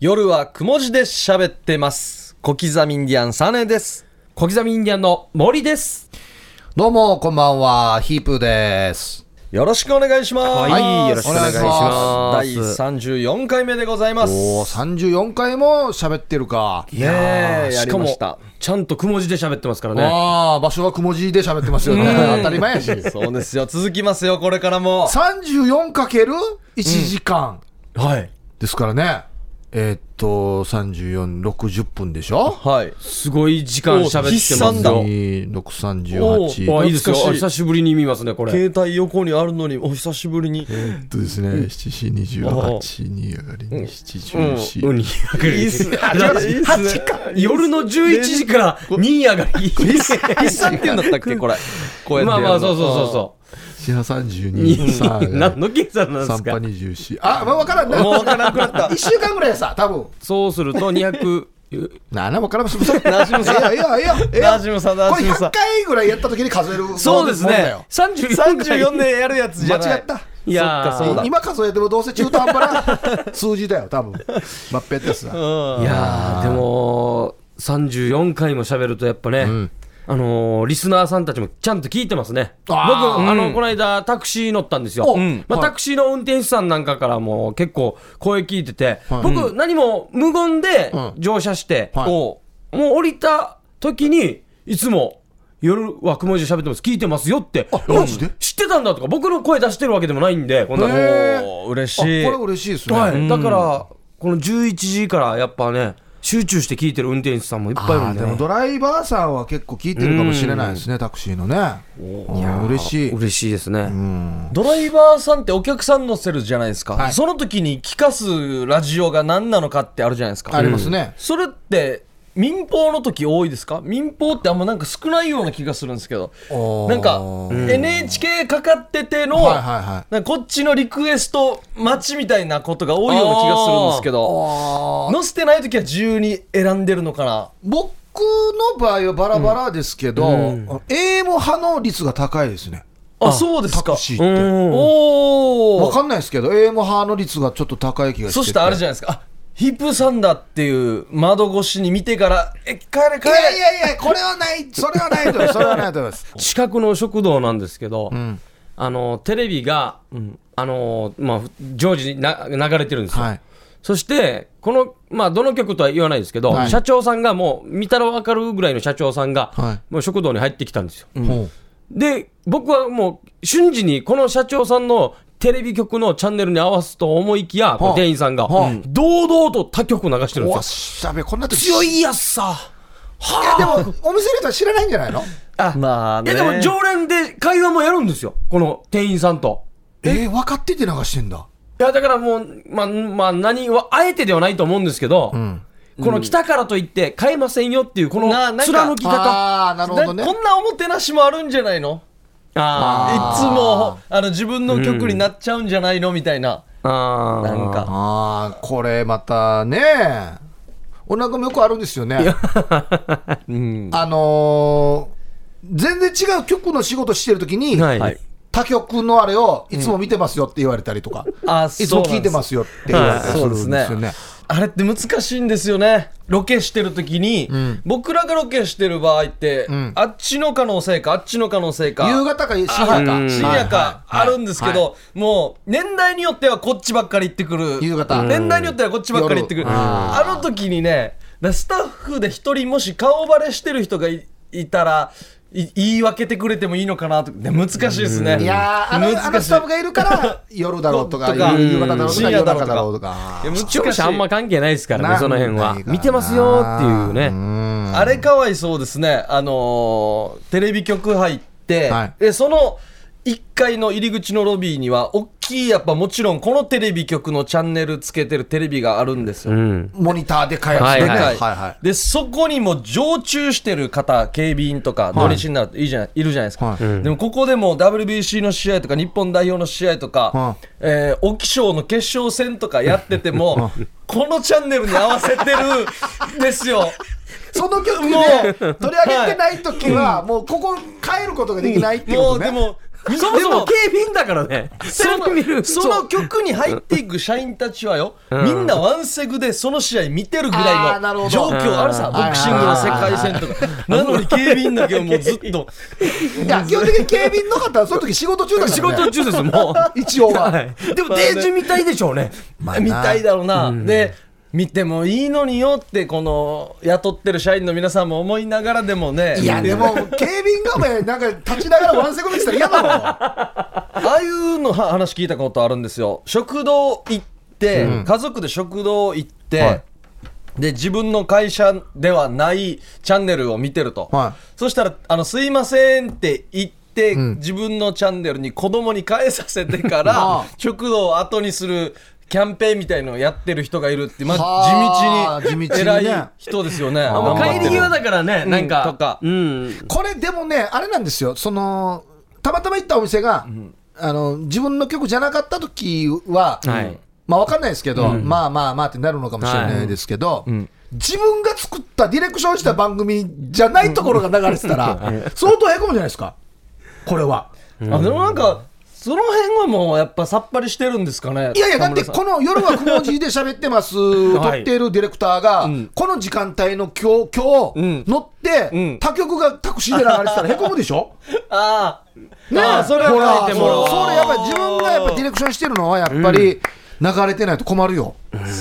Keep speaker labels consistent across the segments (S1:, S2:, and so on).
S1: 夜はくも字で喋ってます。小刻みインディアンサネです。
S2: 小刻みインディアンの森です。
S3: どうも、こんばんは、ヒープーです。
S1: よろしくお願いします。
S2: はいよろしくお願いします
S1: 第34回目でございます。
S3: おお、34回も喋ってるか。
S1: ねえ、や
S2: し
S1: り
S2: か
S1: ま
S2: も
S1: した。
S2: ちゃんとくも字で喋ってますからね。
S3: ああ、場所はくも字で喋ってますよね。当たり前やし。
S1: そうですよ。続きますよ、これからも。
S3: 34×1 時間
S2: はい。
S3: ですからね。えーっと、34、60分でしょ
S1: はい。
S2: すごい時間喋ってます
S1: お筆算だ
S2: よ。
S3: 2 6、
S1: お
S3: 38。
S2: あ、いいです
S1: 懐か
S2: よ。あ
S1: しい
S2: 久しぶりに見ますね、これ。
S1: 携帯横にあるのに、お久しぶりに。
S3: えっとですね、7、4、28、2上がりに、7、
S2: う
S3: 14。
S2: ん
S1: いいっ すね。8か。
S2: 夜の11時から2位上がり。
S1: 筆算って言うんだったっけ、これ。こうやって
S2: まあまあ、
S1: や
S2: そ
S1: るの
S2: うそうそ
S1: う
S2: う
S1: ん
S2: そ
S3: 4、32、
S2: う。何
S3: 3、
S2: の計算なんです
S3: 3、
S2: か
S3: 24。あ、まあ、わからんね。
S1: もうわからなくなった
S3: 1 。週間ぐらいさ、多分。
S2: そうすると200、
S3: なあな、わからん。すみません。
S1: なじむさん
S3: ええよ、ええよ、ええよ。
S1: ナジムさん、ナ
S3: こ
S1: ジ
S3: れ
S1: ムさ
S3: 100
S1: ん。
S3: 回ぐらいやった時に数える
S2: そうです
S3: もんだ
S2: ね
S3: よ。
S2: 34回。
S1: 34年やるやつじゃない。
S3: 間違った。
S2: いや
S1: そっかそうだ
S2: ー、
S3: 今数えてもどうせ中途半端な数字だよ、多分マッペってさ。
S2: いやーでも、34回も喋るとやっぱね、あのーリスナーさんたちもちゃんと聞いてますね。僕、
S3: あー
S2: あの、この間タクシー乗ったんですよ。
S3: お
S2: うんまあ、
S3: はい
S2: タクシーの運転手さんなんかからも結構声聞いてて、僕、何も無言で
S3: うん
S2: 乗車して、
S3: はい
S2: こうもう降りた時に、いつも、夜はくも字で喋ってます、聞いてますよって、
S3: あマジで
S2: 知ってたんだとか、僕の声出してるわけでもないんで、こんな
S3: へ
S2: の。
S3: ー
S1: おー嬉し
S3: あ
S1: い。
S3: これ嬉しいですね。
S2: はい、だから、この11時からやっぱね、集中して聞いてる運転手さんもいっぱいいる
S3: あー
S2: んで、
S3: でも
S2: ね、
S3: ドライバーさんは結構聞いてるかもしれないですね、タクシーのね。うん嬉しい。
S2: 嬉しいですね。
S1: ドライバーさんってお客さん乗せるじゃないですか、
S3: はい
S1: その時に聞かすラジオが何なのかってあるじゃないですか
S3: ありますね。
S1: それって民放の時多いですか民放ってあんまなんか少ないような気がするんですけど
S3: おー
S1: なんか NHK かかってての、
S3: はいはいはい。
S1: なんかこっちのリクエスト待ちみたいなことが多いような気がするんですけど
S3: あー
S1: 載せてない時は自由に選んでるのかな
S3: 僕の場合はバラバラですけど、AM 派の率が高いですね。
S1: あそうです
S3: タ
S1: か
S3: クシーっ
S2: う
S3: て。
S2: ん
S1: お
S3: わ
S1: お
S3: かんないですけど、AM 派の率がちょっと高い気がして
S1: そしたらあれじ
S3: ゃ
S1: ゃないですかあヒップサンダーっていう窓越しに見てからえ帰れ帰れ
S3: いやいやいや、これはない、それはないと思います。それはないと思います。
S2: 近くの食堂なんですけど、
S3: ん
S2: あのテレビが、あのまあ、常時にな流れてるんですよ。
S3: はい。
S2: そして、この、まあ、どの曲とは言わないですけど、
S3: はい
S2: 社長さんがもう、見たらわかるぐらいの社長さんが、
S3: はい
S2: もう食堂に入ってきたんですよ。
S3: ほう
S2: で、僕はもう瞬時にこの社長さんのテレビ局のチャンネルに合わすと思いきや、この店員さんが、
S3: はあ
S2: うん堂々と他局流してるん
S3: お
S2: で
S3: わ
S2: すよ。
S3: しゃべ、こんなと
S2: 強いやつさ。
S3: でも
S2: はあ、、
S3: お店の人は知らないんじゃないの
S2: あ
S1: まあね
S2: えでも常連で会話もやるんですよ。この店員さんと。
S3: えー、分かってて流してんだ。
S2: いや、だからもう、まあ、まあ、何は、あえてではないと思うんですけど、この来たからといって買えませんよっていう、この
S1: ななんか
S2: 貫き方。
S3: ああ、なるほどね
S1: な。こんなおもてなしもあるんじゃないのい
S2: あ
S3: あ
S1: つもあの自分の曲になっちゃうんじゃないのみたいな、
S2: ーあー。
S1: なんか
S3: ああ、これまたね、お腹もよくあるんですよ ね。
S1: うん
S3: あのー、全然違う局の仕事してるときに、
S2: はい。
S1: はい
S3: 他局のあれをいつも見てますよって言われたりとか、
S1: あ
S3: いつも聞いてますよって言われたりするんですよね。
S1: そうですねあれって難しいんですよねロケしてる時に、
S3: ん
S1: 僕らがロケしてる場合って、
S3: ん
S1: あっちの可能性かあっちの可能性か
S3: 夕方か深夜
S1: あ
S3: か、
S1: 深夜かあるんですけど、もう年代によってはこっちばっかり行ってくる
S3: 夕方
S1: 年代によってはこっちばっかり行ってくる
S3: 夜うん
S1: あの時にねだスタッフで一人もし顔バレしてる人がいいたらい言い訳てくれてもいいのかなとね難しいですね
S3: いやーあのあの
S1: 難し
S3: ス
S1: い
S3: タッフがいるから夜だろうとか
S1: とか
S3: 夕方だろうとか
S1: 深
S3: 夜
S1: 夜だろうとか
S3: 中だろうとか
S1: いや難しい
S2: 視聴者あんま関係ないですからね、
S3: な
S2: その辺は
S3: 何。が
S2: 見てますよっていうね。
S3: ん
S1: あれかわいそうですね、あのーテレビ局入って、
S3: はい
S1: でその1階の入り口のロビーには、大きい、やっぱもちろん、このテレビ局のチャンネルつけてるテレビがあるんですよ。
S2: うん。
S3: モニターで開発してね、
S2: は
S3: はいい
S2: は
S3: はいい
S1: でそこにも常駐してる方、警備員とか、土日になるといいじゃないいるじゃないですか、
S3: はい
S1: でもここでも WBC の試合とか、日本代表の試合とか、
S3: はい
S1: えー沖賞の決勝戦とかやってても、このチャンネルに合わせてるんです よ。
S3: その曲
S1: もう
S3: で取り上げてない時はもうここ帰ることができないってこ
S1: も
S3: と
S1: うで
S3: ね、
S1: も
S2: そもそも警備員だからね。
S1: そ
S2: テレビ見
S1: の
S2: る
S1: その曲に入っていく社員たちはよ、
S2: うん
S1: みんなワンセグでその試合見てるぐ
S3: あ
S1: ら
S3: ー
S1: い
S3: なるほ
S1: の
S3: ど
S1: 状況あるさ、
S3: うん
S1: ボクシングの世界戦とか、なのに警備員だけはもうずっと、
S3: いや、基本的に警備員の方は、その時仕事中だから、ね。
S2: 仕事中です、もう。
S3: 一応は。
S2: はいでも、定時みたいでしょうね。
S3: まあな
S1: 見たいだろうな、で、見てもいいのによって、この雇ってる社員の皆さんも思いながらでもね、
S3: いや、でも、警備員がお前、なんか立ちながらワンセグ見てたら嫌だ
S1: ああいうのは話聞いたことあるんですよ。食堂行って、
S3: うん
S1: 家族で食堂行って、
S3: はい
S1: で、自分の会社ではないチャンネルを見てると。
S3: は
S1: そしたら、あの、すいませんって言って、
S3: うん
S1: 自分のチャンネルに子供に返させてか
S3: ああ
S1: ら、食堂を後にするキャンペーンみたいのをやってる人がいるって、ま
S3: は
S1: あ
S3: あ、
S1: 地道に
S3: 地道
S1: 偉
S3: にね
S1: い人ですよね。
S2: あもう帰り際だからね、
S1: うん
S2: なんか。
S1: とか
S2: うん。
S3: い。これ、でもね、あれなんですよ。その、たまたま行ったお店が、あの、自分の曲じゃなかった時は、
S2: はい。
S3: まあ、わかんないですけど、まあまあまあってなるのかもしれないですけど、
S1: ん
S3: 自分が作った、ディレクションした番組じゃないところが流れてたら、相当へこむじゃないですか。これは。
S1: あでもなんか、その辺はもうやっぱさっぱりしてるんですかね。
S3: いやいや、だ
S1: 田
S3: って
S1: 村さん
S3: この夜はくも字で喋ってます、撮っているディレクターが、
S1: ん
S3: この時間帯の今日、今
S1: うん
S3: 日、乗って、
S1: うん
S3: 他局がタクシーで流れてたらへこむでしょ
S1: ああ。
S3: ねえ
S1: ああそれは
S3: ほら
S1: 書いてもらお
S3: そううそれやっぱり自分がやっぱディレクションしてるのはやっぱり流れてないと困るよ。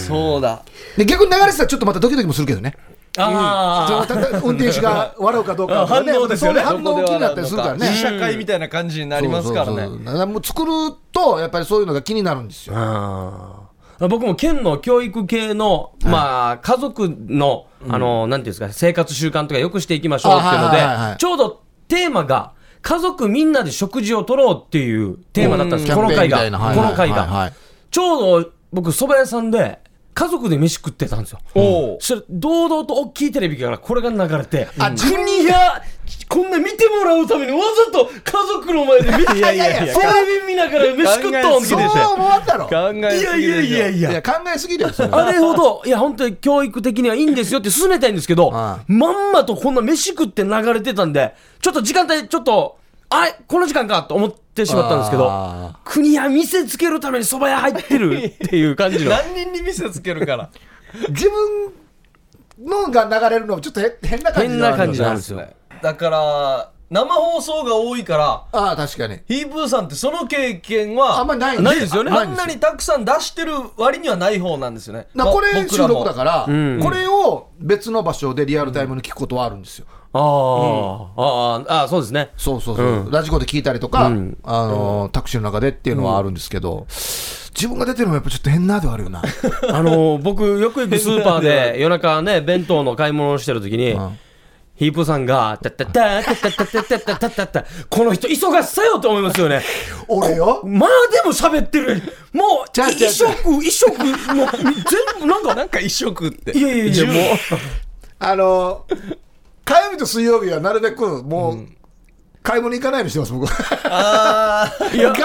S1: そうだ。
S3: で、逆に流れてたらちょっとまたドキドキもするけどね。
S2: あ
S3: ちょっと運転手が笑うかどうかとか、
S2: 反応です
S3: そう
S2: よね
S3: いう反応気になったりするからね。
S1: 試写会みたいな感じになりますから
S3: そうそうそう
S1: ね。
S3: だからもう作ると、やっぱりそういうのが気になるんですよ。
S2: あー僕も県の教育系の、まあ、家族の、あの、なんていうんですか、生活習慣とかよくしていきましょうっていうの
S3: あはいはいは
S2: で
S3: い、
S2: ちょうどテーマが、家族みんなで食事を取ろうっていうテーマだったんです、
S3: うん
S2: この回
S3: キャンペーンみたいなは
S2: が。
S3: い
S2: こ
S3: はい
S2: の回
S3: はいは
S2: が
S3: い。
S2: ちょうど僕、蕎麦屋さんで、家族で飯食ってたんですよ。
S1: おう
S2: それ堂々と大きいテレビからこれが流れて、
S3: あ自分
S2: 国やこんな見てもらうためにわざと家族の前で見て
S1: いやいやいや
S2: テレビ見ながら飯食っとんって
S3: そう
S2: 言ってて
S3: 思わんだろ。
S1: 考え
S2: いや
S1: すぎ
S2: いや
S1: で
S2: い
S1: しょ
S2: やい
S3: いや
S2: や。
S3: 考えすぎるよ、それは
S2: あれほど、いや、本当に教育的にはいいんですよって勧めたいんですけど、
S3: ああ
S2: まんまとこんな飯食って流れてたんで、ちょっと時間帯、ちょっと、あれこの時間かと思ってしまったんですけど
S3: あ、
S2: 国や見せつけるために蕎麦屋入ってるっていう感じの。
S1: 何人に見せつけるから。
S3: 自分のが流れるのもちょっとへ変な感じ
S2: 変な感じなんですよ。
S1: だから、生放送が多いから、
S3: ああ確かに
S1: ヒープーさんってその経験は、
S3: あんまりない
S2: ないですよね
S1: あんなにたくさん出してる割にはない方なんですよね。
S3: なこれ収録だ
S1: ら。
S3: から、
S2: ん
S3: これを別の場所でリアルタイムに聞くことはあるんですよ、
S2: ああ、ああ、ああ、そうですね。
S3: そうそうそう、ラジコで聞いたりとか、
S2: うん
S3: あのータクシーの中でっていうのはあるんですけど、自分が出てるのもやっぱちょっと変なではあるよな
S2: あのー僕、よく行くスーパーで、夜中ね、弁当の買い物をしてるときに、
S3: ん
S2: ヒープーさんが、たったったたったったたたたたたこの人、忙しさよと思いますよね。
S3: 俺よ
S2: まあでも喋ってる。もう、
S3: ちゃうちゃう
S2: 一
S3: ちゃう
S2: 食、一食、もう、全部、なんか、
S1: なんか一食って。
S2: いやいやいや、もう、
S3: あのー火曜日と水曜日はなるべくもう、買い物行かないようにしてます僕
S1: あー
S2: い
S3: ガ
S2: や
S3: ンガン流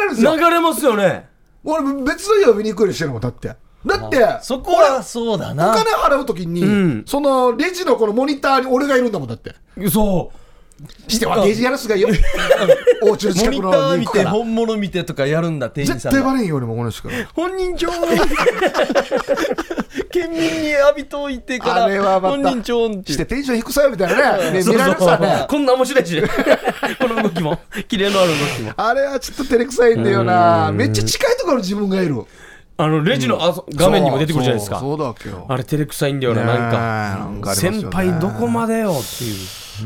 S3: れるんですよ
S2: 流れますよね。
S3: 俺別の曜日に行くようにしてるもんだってだって
S1: そこはそうだ
S3: お
S1: な。
S3: 金払うときに、
S2: ん
S3: そのレジのこのモニターに俺がいるんだもんだって。
S2: そう。
S3: してはゲージやらすがいいよ。お家の
S1: モ
S3: 近
S1: ニ
S3: く
S1: タ
S3: の
S1: ー見
S3: 行くか
S1: て、
S3: ら
S1: 本物見てとかやるんだ、店員さ
S3: 絶
S1: ん
S3: 対
S1: が。
S3: バレんよ、俺もこの人から。
S1: 本人超音県民に浴びといてから
S3: あれはまた
S1: 本人超音って
S3: してテンション低さよみたいなね。ね
S2: そ
S3: 見
S2: う
S3: られるさ
S2: そう
S3: ね。
S2: こんな面白いし、この動きも、キレのある動きも。
S3: あれはちょっと照れくさいんだよな。めっちゃ近いところに自分がいる。
S2: あの、レジの、あそ画面にも出てくるじゃないですか。
S3: そうそうだっけよ。
S2: あれ、照れくさいんだよな、なん
S3: ねえ
S2: か。
S3: なんかありますよね
S2: 先輩どこまでよってい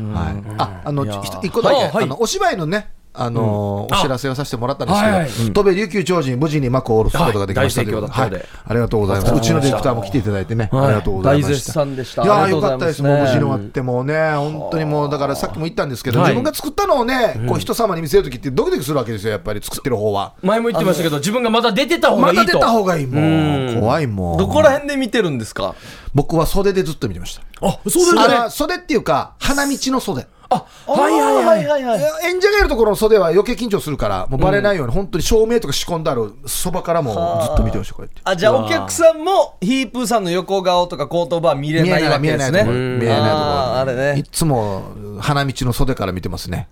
S2: う。
S3: はい、ああの
S2: いやー
S3: ひと一個だけ、
S2: あはい
S3: あのお芝居のね、あのー
S2: うんあ
S3: お知らせをさせてもらったんですけど、
S2: はいはい
S3: うん戸部琉球超人、無事に幕を下ろすことができましたということで、
S2: は
S3: はい
S2: 大盛況だったので
S3: い、ありがとうございます、うちのディレクターも来ていただいてね、
S2: はい
S3: ありがとうございました。
S1: 大絶賛でした
S3: いや
S1: あ
S3: ー
S1: りが
S3: よ
S1: とう
S3: か
S1: ござ
S3: った
S1: いま
S3: ですす、
S1: ね
S3: もう無事に終わって、もうね、本当にもう、だからさっきも言ったんですけど、
S2: はい
S3: 自分が作ったのをね、こう人様に見せるときって、ドキドキするわけですよ、やっぱり作ってる方は。
S2: 前も言ってましたけど、自分がまた出てた方が
S3: ま
S2: いいと。
S3: た出た方がいい、も
S2: う
S3: うん怖いもん。
S1: どこら辺で見てるんですか
S3: 僕は袖でずっと見てました。
S2: あ、そうです
S3: あ
S2: ね
S3: れ。袖っていうか、花道の袖。
S2: あ
S1: あー
S2: はいはいはい
S1: はいはいはい
S3: 演者がいるところの袖は余計緊張するから、もうバレないように、本当に照明とか仕込んだる、そばからもずっと見てました、こうやって。
S1: あじゃあお客さんもヒープーさんの横顔とか後頭部は見れ
S3: 見え
S1: ない
S3: ない、
S1: わ
S3: 見
S1: け
S3: え
S1: で
S3: ない
S1: す
S3: と
S1: ね
S3: ころ、見え
S1: あー
S3: な
S1: あ
S3: いと
S1: れ
S3: ころ、い
S1: ね
S3: つも花道の袖から見てますね。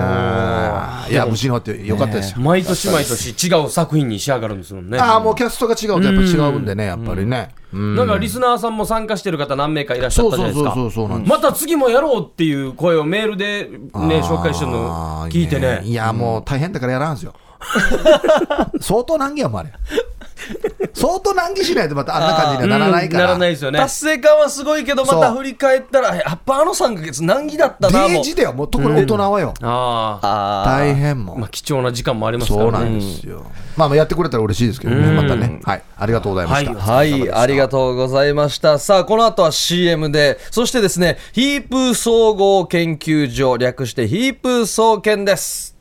S3: あーいや、無事に終わってよかったですよ。
S2: 毎年毎年違う作品に仕上がるんですもんね
S3: ああ、もうキャストが違うとやっぱ違うんでね、やっぱりね。うん
S2: なんかリスナーさんも参加してる方何名かいらっしゃ
S3: そ
S2: っ
S3: う
S2: たじゃ
S3: そ
S2: な
S3: う
S2: いです
S3: そう
S2: か
S3: そうそうなんです。
S2: また次もやろうっていう声をメールでね紹介してるの
S3: あー
S2: 聞いてね
S3: いや、もう大変だからやらんすよ。相当難儀やもん、あれ。相当難儀しないとまたあんな感じにはならないか
S2: うん
S3: ら。
S2: ならないですよね
S1: 達成感はすごいけどまた
S3: そう
S1: 振り返ったらやっぱあの3ヶ月難儀だったな
S3: デ
S1: も
S3: ー
S1: う
S3: ジだよ、もう特に大人はよ。
S2: ああ
S1: あ
S3: 大変もん
S2: まあ貴重な時間もありますか
S3: そう
S2: ら
S3: な
S2: ね
S3: んですよ。まあまあやってくれたら嬉しいですけどね、またね。はい、ありがとうございました。
S2: はい
S1: あはい、ありがとうございました。さあ、この後は CM で、そしてですね、ヒープー総合研究所、略してヒープー総研です。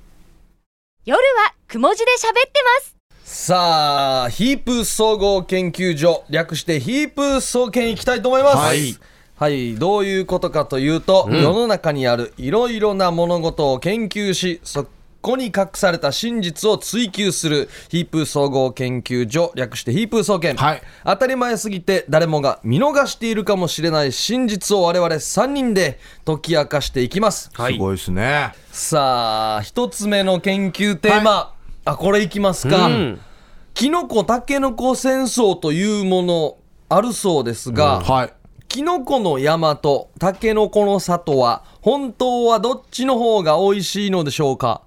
S4: 夜はくも字で喋ってます
S1: さあ、ヒープー総合研究所、略してヒープー総研いきたいと思います。
S3: はい。
S1: はい、どういうことかというと、世の中にあるいろいろな物事を研究し、そこに隠された真実を追求するヒープー総合研究所、略してヒープー総研。
S3: はい
S1: 当たり前すぎて誰もが見逃しているかもしれない真実を我々3人で解き明かしていきます。
S2: は
S3: すごいですね。
S1: さあ一つ目の研究テーマ、あこれいきますか、
S2: うん
S1: キノコタケノコ戦争というものあるそうですが、
S3: はい。
S1: キノコの山とタケノコの里は本当はどっちの方が美味しいのでしょうか、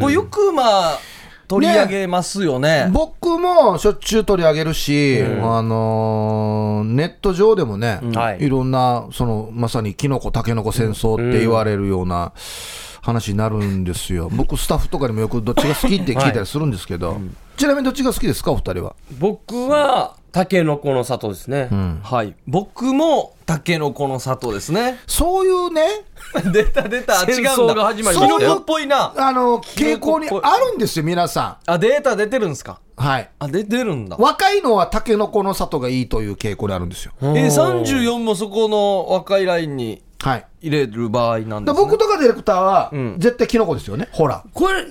S1: これよくまあ取り上げますよね
S3: 僕もしょっちゅう取り上げるし、あのーネット上でもね、
S2: はい
S3: い、ろんなそのまさにキノコタケノコ戦争って言われるような話になるんですよ、僕スタッフとかにもよくどっちが好きって聞いたりするんですけど、ちなみにどっちが好きですかお二人は
S2: 僕はタケノコの里ですね、
S1: はい僕もタケノコの里ですね
S3: そういうね
S1: 出た出たあ違うんだ
S2: 戦争が始まりま
S1: キ
S2: したよ
S1: ノコっぽいな
S3: あの傾向にあるんですよ皆さ
S1: あデータ出てるんですか
S3: んはい
S1: あ出てるんだ
S3: 若いのはタケノコの里がいいという傾向にあるんですよ
S1: えー、34もそこの若いラインに
S3: はい
S1: 入れる場合なんです、
S3: だから
S1: ね、
S3: 僕とかディレクターは
S1: ん
S3: 絶対キノコですよね、ほら
S2: これ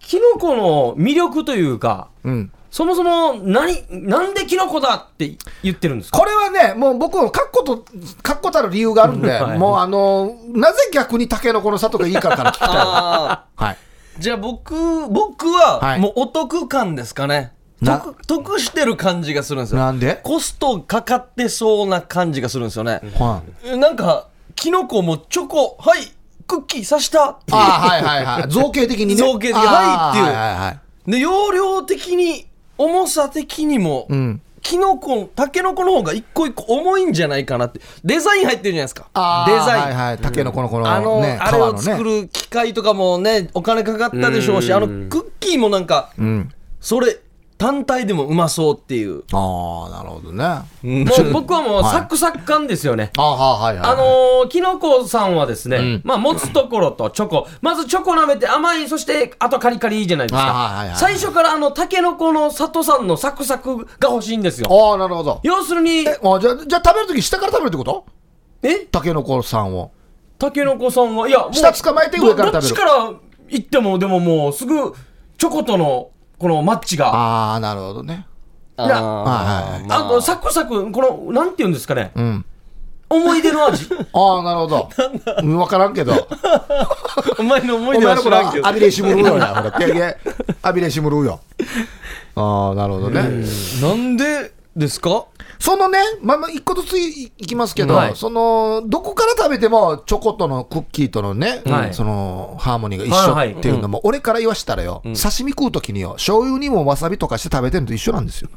S2: キノコの魅力というか
S3: うん
S2: そもそも何なんでキノコだって言ってるんですか
S3: これはね、もう僕も確固と、確固たる理由がある んで、
S2: はい
S3: もうあの、なぜ逆にタケノコの里がいいかから聞きたい。
S1: あ
S3: はい。
S1: ーじゃあ僕僕
S3: は
S1: はいもうお得感ですかね、
S3: な
S1: 得得してる感じがするんですよ
S3: なんで
S1: コストかかってそうな感じがするんですよね、
S3: はい
S1: えなんかキノコもチョコはいクッキー刺したっていう
S3: ああ、はいはいはい。造形的にね。
S1: 造形的
S3: あー
S1: はいっていう
S3: はいはいはい。
S1: で容量的に重さ的にも、
S3: ん
S1: キノコタケノコの方が一個一個重いんじゃないかなってデザイン入ってるじゃないですか
S3: あー
S1: デザイン、
S3: はいはい。タケノコのこ
S1: あ
S3: の
S1: の、
S3: ね、
S1: あ
S3: 皮
S1: れ
S3: の
S1: を
S3: ね。
S1: 作る機械とかもね、お金かかったでしょうし、
S2: うん
S1: あのクッキーもなんか、
S3: うん。
S1: それ、単体でもうまそうっていう。
S3: ああ、なるほどね。あ
S2: もう僕はもうサクサク感ですよね、
S3: あ、はいはいはい。
S2: あのー、キノコさんはですね、まあ、持つところとチョコ、まずチョコ舐めて甘い、そして、あとカリカリじゃないです
S3: あはいはい
S2: か
S3: は。い
S2: 最初から、あの、タケノコの里さんのサクサクが欲しいんですよ。
S3: ああ、なるほど。
S2: 要するに
S3: え、、あじゃあ、じゃあ食べるとき下から食べるってこと
S2: え
S3: タケノコさんを。
S2: タケノコさんは、いや、もう
S3: 下捕まえて上から食べる
S2: どどっちから行っても、でももう、すぐ、チョコとの、このマッチが、
S3: ああ、なるほどね。
S1: あ
S2: や
S1: ー
S3: はいはいはい
S2: あと、サクサク、この、なんて言うんですかね、
S3: うん。
S2: 思い出の味。
S3: ああ、なるほど。うんわからんけど。
S1: お前の思い
S3: お
S1: 出
S3: 前
S1: は
S3: の
S1: 知
S3: こ
S1: らんけど
S3: のア。ビレシムルー よな、ほら、ゲゲ、アビレシムルーよ。ああ、なるほどね。
S1: なんでですか
S3: そのね、まあまあ、一個ずついいきますけど、
S2: はい
S3: その、どこから食べても、チョコとのクッキーとのね、
S2: はい
S3: その、ハーモニーが一
S2: はい
S3: 緒
S2: はい
S3: っていうのも、俺から言わしたらよ、刺身食うときによ、醤油にもわさびとかして食べてるのと一緒なんですよ。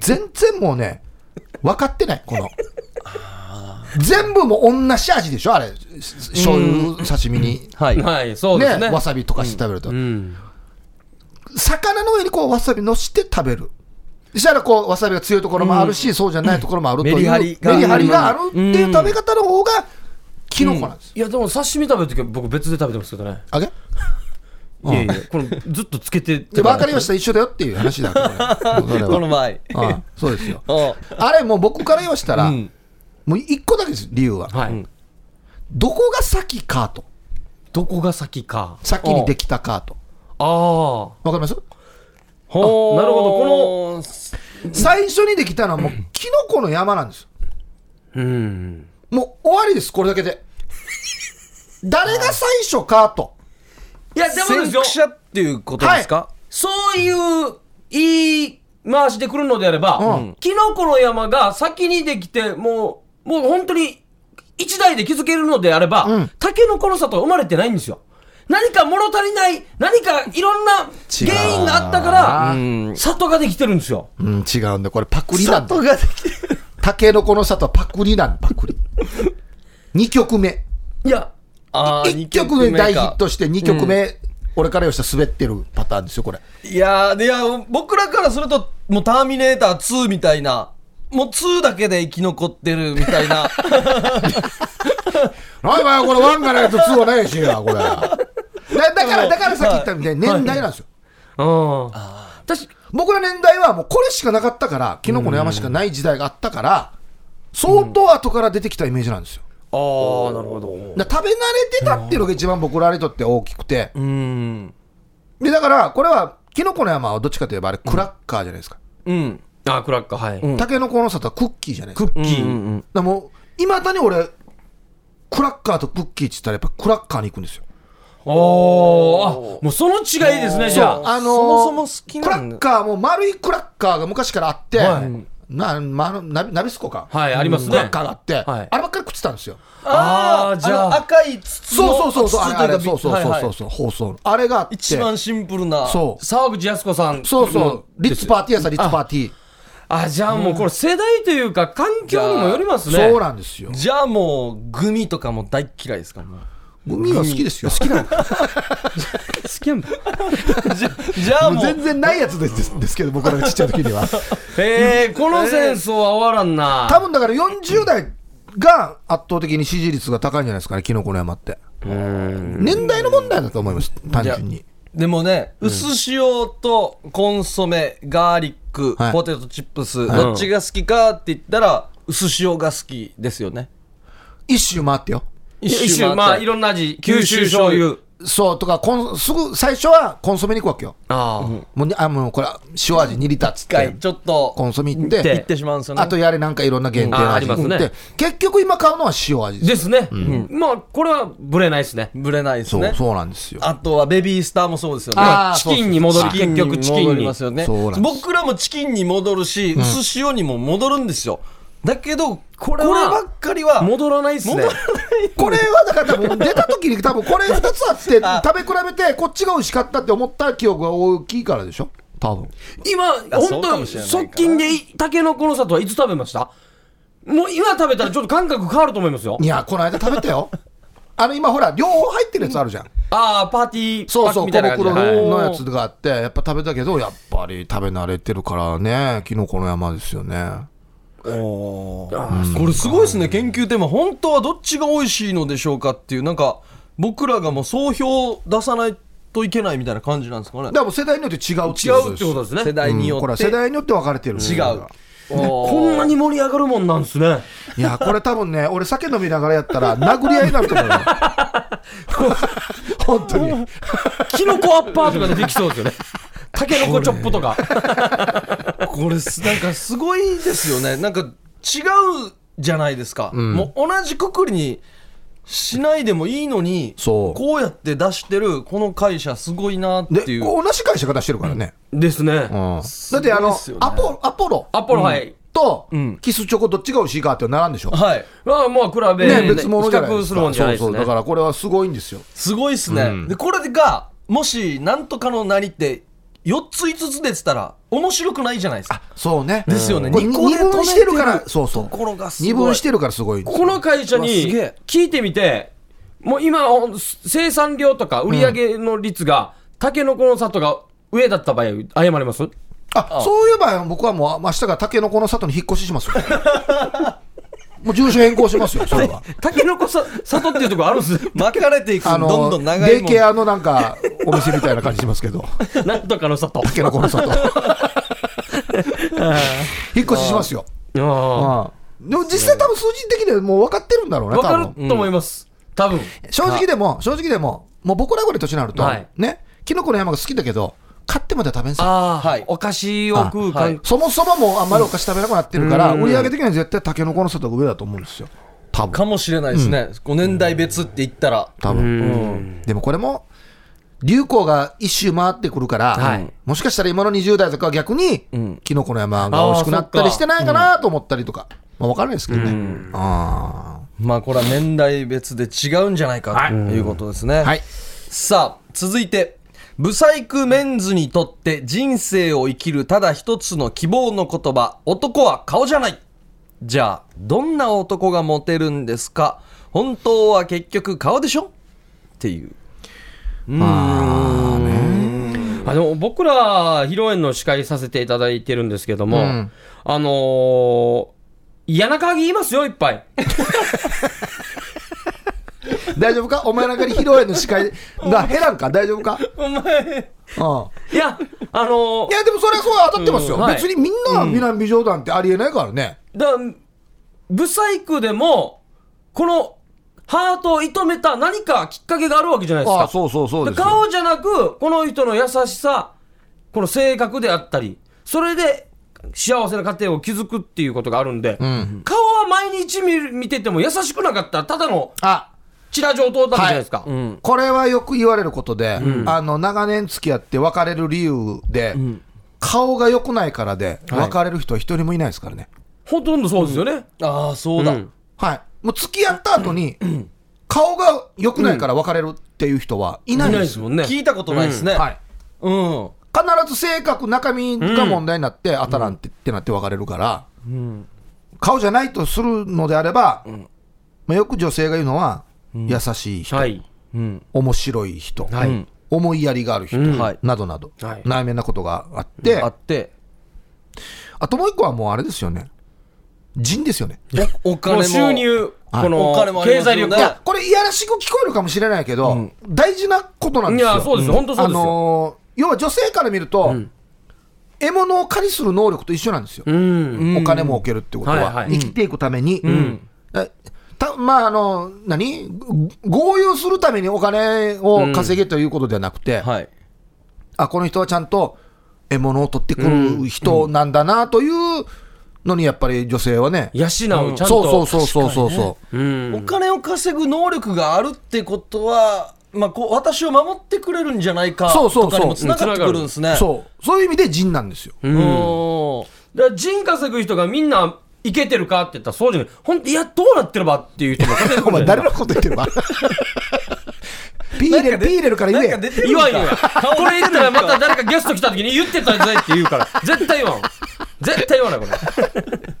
S3: 全然もうね、分かってない、この。全部もう同じ味でしょ、あれ、醤油、刺身に。
S1: はい。
S2: はい、そうですね。
S3: ね、わさびとかして食べると、
S2: うん。
S3: 魚の上にこうわさびのして食べる。そしたらこうわさびが強いところもあるし、そうじゃないところもあるという、
S1: メリハリが
S3: メリハリがあるっていう食べ方の方がキノコなんです。
S2: いや、でも、刺身食べるときは僕別で食べてますけどね。
S3: あげ
S2: いやいや、この、ずっとつけて。
S3: で分かりました、一緒だよっていう話だから、これ
S1: この
S3: は
S1: 場合。
S3: ああそうですよ。
S1: お
S3: あれ、もう僕から言わしたら、
S1: ん
S3: もう一個だけです、理由は。
S2: はい。
S3: どこが先かと。
S2: どこが先か。
S3: 先にできたかと。
S2: ああ。
S3: わかります
S1: ほー
S2: あなるほ
S1: どこ
S3: 最初にできたのはもう、キノコの山なんですよ。
S2: うん。
S3: もう終わりです、これだけ で。誰が最初かと。
S2: いや、でも
S1: 先
S2: ですよ
S1: 駆。者っていうことですか、
S2: そういう言い回しで来るのであれば、
S3: うん
S2: キノコの山が先にできて、もう、もう本当に一台で築けるのであれば、
S3: うん
S2: タケノコの里は生まれてないんですよ。何か物足りない、何かいろんな原因があったか
S1: うん
S2: ら、里ができてるんですよ。
S3: うん、違うんだ。これパクリなんだ。
S2: ができてる。
S3: タケノコの里はパクリなんだ、パクリ。2曲目。
S2: いや、
S1: あー
S3: 1曲目
S1: 二
S3: 大ヒ
S1: か
S3: ットして、2曲目、俺からよしたら滑ってるパターンですよ、これ。
S1: いやーでいや僕らからするともう「ターミネーター2」みたいなもう2だけで生き残ってるみたい な
S3: はいはい、これワンがないとツ ーはないしや、これ。だだから、だからさっき言ったみたいに年代なんですよ。
S2: うん。私、
S3: 僕の年代はもうこれしかなかったから、キノコの山しかない時代があったから、相当後から出てきたイメージなんですよ。
S1: ああなるほど
S3: だから食べ慣れてたっていうのが一番僕らにとって大きくて。
S1: うん
S3: で、だから、これは、キノコの山はどっちかといえばあれ、クラッカーじゃないですか。
S1: うん
S2: あ、クラッカー、はい。
S1: ん
S3: タケノコの里はクッキーじゃないです
S2: ク
S3: か。
S2: ッキ
S1: う
S2: ー。
S1: んうん
S3: だからもう、いまだに俺、クラッカーとクッキーって言ったらやっぱクラッカーに行くんですよ。
S2: おーあ、もうその違いですね、じゃあ。
S3: あのー
S1: そもそも好きなんだ
S3: クラッカーも丸いクラッカーが昔からあって、
S2: はい
S3: なまあナビナビスコか、
S2: はい、あります
S3: クラ
S2: ね
S3: ッ。カーがあって、
S2: はい
S3: あればっかり食ってたんですよ。
S2: あー
S1: ー
S2: じゃあ
S1: の赤い筒の
S3: そうそうそうそう、
S1: 筒とい
S3: あ
S1: う
S3: れ
S1: か
S3: あれそうそう
S1: はいはい
S3: そうそう、放送のあれがあって、
S1: 一番シンプルな
S3: そう
S2: 沢口靖子さん。
S3: そうそう、リッツパーティーやさ、リッツパーティー、
S2: あ、じゃあもうこれ世代というか環境にもよりますね。
S3: そうなんですよ。
S1: じゃあもうグミとかも大嫌いですかもう
S3: 海は好きですよ。好きなの
S2: 好きなんだ。
S1: じゃ じゃあもう
S3: 全然ないやつですですですけど、僕らがちっちゃい時には。
S2: へえ、この戦争は終わらんな。
S3: 多分だから40代が圧倒的に支持率が高いんじゃないですかね、キノコの山って。年代の問題だと思います、単純
S1: い
S3: に。
S1: でもね、薄塩とコンソメ、ガーリック、
S3: はい
S1: ポテトチップス、どっちが好きかって言ったら、薄塩が好きですよね。
S3: 一周回ってよ。
S2: いや一種、まあいろんな味、九州醤油。
S3: そうとかコンすぐ最初はコンソメに行くわけよ
S2: ああ。
S3: もうにあもうこれ塩味2リッターっつっ
S1: 一回
S3: て
S1: ちょっと、
S3: コンソメ行っ
S1: 行っててしまうんですよね。
S3: あとやれなんかいろんな限定
S2: うん
S3: の
S2: ああ
S3: 味
S2: り
S3: に
S2: ますね
S3: 行って結局今買うのは塩味です
S2: ですね。まあこれはブレないですね。
S1: ぶれないです
S3: そう
S1: ね。
S3: そうなんですよ
S1: あとはベビースターもそうですよね。
S3: あー
S2: チキンに戻り、
S1: チキン
S2: 結
S1: に
S2: 局チキ
S1: 戻
S2: ン
S1: り
S2: に
S1: ま。すよね
S3: そうなんです
S1: 僕らもチキンに戻るし、薄塩にも戻るんですよ。だけど、これ
S2: は
S1: ばっかりは、
S2: 戻らないですね。
S3: これはだから多分出た時に多分これ2つあって食べ比べてこっちが美味しかったって思った記憶が大きいからでしょ多分
S2: 今、
S1: そ
S2: 本
S1: うか
S2: 当
S1: もしれないかな
S2: 側近でいタケノコの里はいつ食べましたもう今食べたらちょっと感覚変わると思いますよ
S3: い。やこの間食べたよ あの今ほら両方入ってるやつあるじゃん
S2: ああ、パーティー
S3: そ
S2: パ
S3: う
S2: ッ
S3: そ
S2: ク
S3: う、
S2: み
S3: 小
S2: たいな感じで
S3: 袋
S2: はい
S3: のやつがあって、やっぱ食べたけど、やっぱり食べ慣れてるからね、キノコの山ですよね。
S1: これすごいですね研究テーマ本当はどっちが美味しいのでしょうかっていうなんか僕らがもう総評を出さないといけないみたいな感じなんですかね
S3: だからもう世代によって違うって
S2: 違
S3: いうこと
S2: うっ
S3: で
S2: て
S3: す。
S2: ことですね。
S1: 世代によ
S3: これ
S1: っ
S3: は
S1: て
S3: 世代によって分かれてる。
S1: 違う。
S2: こ
S1: こ
S2: んなに盛り上がるもんなんですね。
S3: いや、これ多分ね、俺酒飲みながらやったら、殴り合いになると思うよ。本当に。
S2: キノコアッパーとかでできそうですよね。タケノコチョップとか。
S1: これすなんかすごいですよねなんか違うじゃないですか、もう同じくくりにしないでもいいのに
S3: そう
S1: こうやって出してるこの会社すごいなって
S3: で、
S1: いう
S3: 同じ会社が出してるからね。
S2: ですね。
S3: うん
S1: す
S3: だ
S1: ごい
S3: ってあの
S1: ですよ、ね
S3: アポアポロ
S2: アポロはい。
S3: と
S1: ん
S3: キスチョコどっちが美味しいかって並んでしょ。
S1: はい
S2: まあまあ比べ、
S3: ね、
S2: 比
S3: 別物じゃないで
S2: 較
S3: す
S2: するも
S3: か。
S2: んじゃな
S3: そ
S2: いうです
S3: そう。
S2: ね。
S3: だからこれはすごいんですよ。
S1: すごいっすね、でこれがもしなんとかのなりって4つ5つ出てたら面白くないじゃないですか
S3: そうね。
S1: ですよね
S3: これ
S1: 二
S3: 二
S1: 個で止めてる
S3: 分してるから、そうそう。
S1: ところがすごい
S3: 二分してるからすごい。
S2: この会社に
S1: うわすげえ
S2: 聞いてみて、もう今、ほん生産量とか売上の率が、タケノコの里が上だった場合、謝ります
S3: あ、そういえば僕はもう明日からタケノコの里に引っ越ししますよ。 もう住所変更しますよ、それは。
S2: タケノコさ里っていうところあるん ですね
S1: 巻かれていく
S3: あの、
S1: どんどん長い
S3: デ
S1: も
S3: イケ
S1: ん
S3: アのなんか、お店みたいな感じしますけど、
S2: なんとかの里。
S3: タケノコ の里。引っ越ししますよ。うん
S2: ああ
S3: でも実際多分数字的にはもう分かってるんだろうね、
S2: わか
S3: 多
S2: る
S3: 分。
S2: と思います。多分。
S3: 正直でも、正直でも、もう僕らぐらい年になると、
S2: はい
S3: ね、キノコの山が好きだけど、買ってまでは食べんすよ。
S2: ああ、
S1: はい
S2: お菓子を食う
S1: は
S2: 感
S1: い
S2: 覚。
S3: そもそももうあんまりお菓子食べなくなってるから、
S2: うん
S3: 売り上げ的には絶対タケノコの里が上だと思うんですよ。多分。
S1: かもしれないですね、5年代別って言ったら、
S3: 多
S2: う
S3: 分。
S2: ん。
S3: でもこれも、流行が一周回ってくるから、
S2: はい
S3: もしかしたら今の20代とかは逆に、
S1: ん
S3: キノコの山が美味しくなったりしてないかなと思ったりとか、まあ分からないですけどね。あ
S1: まあこれは年代別で違うんじゃないかということですね、
S3: あはい。
S1: さあ続いてブサイクメンズにとって人生を生きるただ一つの希望の言葉男は顔じゃないじゃあどんな男がモテるんですか本当は結局顔でしょっていう
S3: まあね。
S2: あでも僕ら、披露宴の司会させていただいてるんですけども、
S3: うん
S2: あのー、谷中ぎいますよ、いっ ぱい。
S3: 大丈夫かお前なんかに披露宴の司会が減らんか大丈夫か
S2: お前。
S3: うん。
S2: いや、あのー
S3: いや、でもそれはそう当たってますよ。
S2: うんはい
S3: 別にみんな南美女団ってありえないからね。
S2: だブサイクでも、このハートを射止めた何かきっかけがあるわけじゃないです
S3: あ
S2: か。
S3: あ、そうそうそうですよ。
S2: 顔じゃなく、この人の優しさ、この性格であったり、それで幸せな家庭を築くっていうことがあるんで、
S3: ん
S2: 顔は毎日見る見てても優しくなかったら、ただの
S3: あ
S2: チラ状通ったんじゃないですか。
S1: うん
S3: これはよく言われることで、あの長年付き合って別れる理由で、顔が良くないからで、別れる人は一人もいないですからね。
S2: ほとんどそうですよね。
S1: ああそうだ、
S2: うん
S3: はい。もう付き合った後に、顔が良くないから別れるっていう人はいない
S2: い
S3: ん
S2: ない
S3: で
S2: ですす
S3: よ。
S2: もんね。
S1: 聞いたことないですね、
S3: はい。
S1: うん、
S3: 必ず性格、中身が問題になって、当たらんってってなって別れるから、顔じゃないとするのであれば、まあ、よく女性が言うのは、優しい人、
S2: はい。
S1: うん
S3: 面白い人、
S2: はい
S1: うん
S3: 思いやりがある人、
S2: うん
S1: はい
S3: などなど、
S2: はい
S3: 内面なことがあって、
S1: あって
S3: あともう一個はもうあれですよね、人ですよね。
S1: おお金も
S2: この収入、
S3: はい
S2: こ
S1: お金も
S2: の
S1: ありま
S2: 経
S1: すよ
S2: 済
S1: ね
S2: 力
S3: い
S1: は
S3: や、これ、いやらしく聞こえるかもしれないけど、
S1: ん
S3: 大事なことなん
S2: い
S3: ですよ。
S2: や、そうですよ。本当そう
S3: あ
S2: ですよ。
S3: のー要は女性から見ると、獲物を狩りする能力と一緒なんですよ。
S2: うん。
S1: うん
S3: お金儲けるってこと
S2: はい
S3: は
S2: はい
S3: 生きていくために、だたまああの何ご豪遊するためにお金を稼げということではなくて、
S1: はい
S3: あこの人はちゃんと獲物を取ってくる人なんだなというのにやっぱり女性はね、
S2: 養う、ちゃんと。
S3: そうそうそうそうそうそう、
S2: うん
S1: お金を稼ぐ能力があるってことは、まあ、こう私を守ってくれるんじゃないか
S3: そう
S1: と
S3: そうそ
S1: か
S3: う
S1: にもつながってくるんですね。
S3: そうそういう意味で人なんです よ。
S1: うん
S2: だから人稼ぐ人がみんな、いけてるかって言ったらそうじゃない。ほんと、いや、どうなってればっていう人も出てくる
S3: お前
S2: んじゃな
S3: 誰
S2: い
S3: の こと言ってるわピー入れるピー入れるから言
S1: な
S3: え
S1: んか出てる
S2: 言
S1: ん
S2: わんよ。
S1: か
S2: これ言ったらまた誰かゲスト来た時に言ってたんじゃないって言うから。絶対言わん。絶対言わない、これ。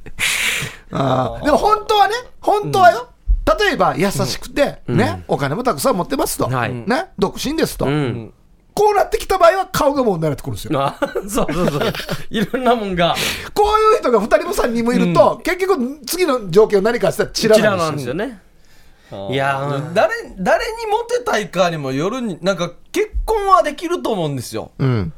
S3: あーでも本当はね、本当はよ、例えば優しくて、ね、お金もたくさん持ってますと、
S2: はい
S3: ね、独身ですと、
S2: うん。
S3: こうなってきた場合は顔が問題になってくるんですよ。
S2: あそうそうそう。 いろんなもんが、
S3: こういう人が2人も3人もいると、結局、次の状況何かしたら
S2: ち
S3: チラ
S2: ら
S3: な
S2: なん
S3: で
S2: んですす
S3: よ。
S2: よね。
S1: あー
S2: いやー
S1: 誰誰にモテたいかにもよるになんか結婚はできると思うんですよ
S3: うん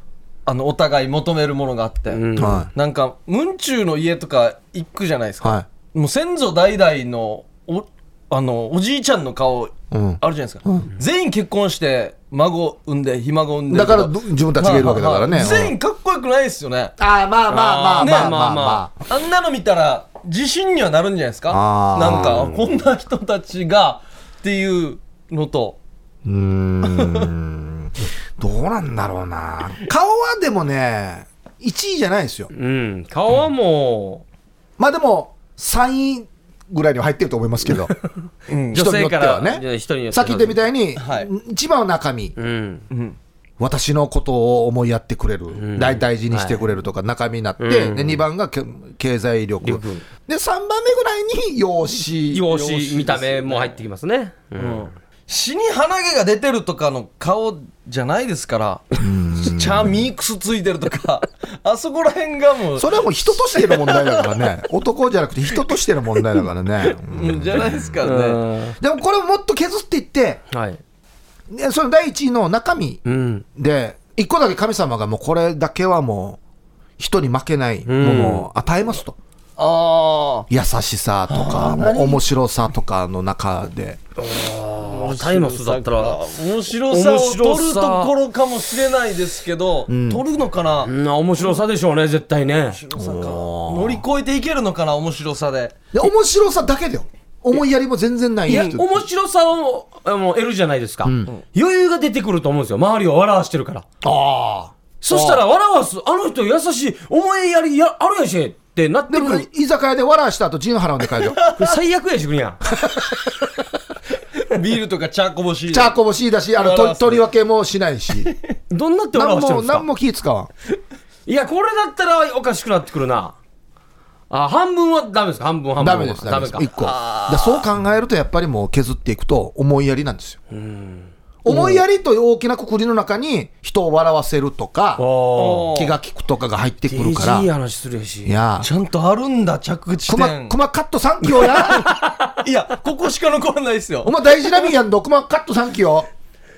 S1: あのお互い求めるものがあって、
S2: うん
S3: は
S1: なんか文中の家とか行くじゃないです
S3: い
S1: か、
S3: は
S1: もう先祖代々のおあのおじいちゃんの顔
S3: いうん
S1: あるじゃないですか、全員結婚して孫産んでひ孫産んで
S3: だ
S1: と
S3: からど自分たちがいるわけだからね。
S1: はいはいはい全
S3: うん
S1: 員かっこよくないですよね
S3: あーまあまあまあ
S1: ね
S3: まあまあまあ
S2: まあ
S3: ま
S2: ま
S3: あ。
S1: あんなの見たら自信にはなるんじゃないですか
S3: あー
S1: なんかこんな人たちがっていうのと
S3: うーんどうなんだろうな。顔はでもね、1位じゃないですよ。
S2: うん。顔はも
S3: まあでも、3位ぐらいには入ってると思いますけ ど、
S2: う、
S3: 人
S2: 女
S3: によっ
S2: 性
S3: て
S2: か
S3: は
S2: ら、
S3: ね
S2: 人によって
S3: さっき言ったみたいに、
S1: はい
S3: 一番は中身、
S2: うん。
S3: 私のことを思いやってくれる、大大事にしてくれるとか、中身になって、
S2: うん
S3: で2番がけ経済力、
S2: 力
S3: で3番目ぐらいに容姿、
S2: 容姿、見た目も入ってきますね。うん。
S1: 死に鼻毛が出てるとかの顔じゃないですからチャーミークスついてるとか あそこら辺がもう
S3: それはもう人としての問題だから ね、男じゃなくて人としての問題だからね。うん
S1: うんじゃないですからね
S3: でもこれをもっと削っていって、
S2: はい。
S3: ねその第1位の中身
S2: うん。
S3: で、1個だけ神様がもうこれだけはもう、人に負けないものを与えますと。
S1: あ
S3: 優しさとか、面白さとかの中で、
S1: あ
S2: ータイマスだったら
S1: 面白さを
S2: 面白さ
S1: 取るところかもしれないですけど、取るのかな、
S2: うん面白さでしょうね絶対ね
S1: 面白さか乗り越えていけるのかな面白さで
S3: で面白さだけだよ思いやりも全然ない
S2: いや
S3: 人
S2: 面白さをあの得るじゃないですか、余裕が出てくると思うんですよ周りを笑わしてるから
S3: ああ
S2: そしたら笑わすあの人優しい思いやりやあるやしってなって
S3: で
S2: く
S3: も
S2: る
S3: 居酒屋で笑わした後ジンハラんで帰るよ
S2: これ最悪やしくん や
S1: ビールとかチャーこぼし
S3: チャーコもしいだしあの
S1: 笑わ
S3: と
S1: す
S3: 取り分けもしないし
S2: どんなって笑
S3: 何
S2: わしてる
S3: も
S2: んですか
S3: 何も気使わん
S2: いやこれだったらおかしくなってくるなあ半分はダメですか半分半分
S3: ダ
S2: は
S3: メです
S2: ダ
S3: ダメで
S2: メ
S3: す
S2: か
S3: 一個だからそう考えるとやっぱりもう削っていくと思いやりなんですよ思いやりという大きなくくりの中に人を笑わせるとか
S2: おー
S3: 気が利くとかが入ってくるか
S2: AG
S3: ら
S2: 話するやし
S3: いや
S1: ちゃんとあるんだ着地
S3: コマ
S1: 点
S3: コマカット3キロや
S1: いやここしか残らないです
S3: お
S1: よ
S3: 前大事なみやんどコマカット3キロ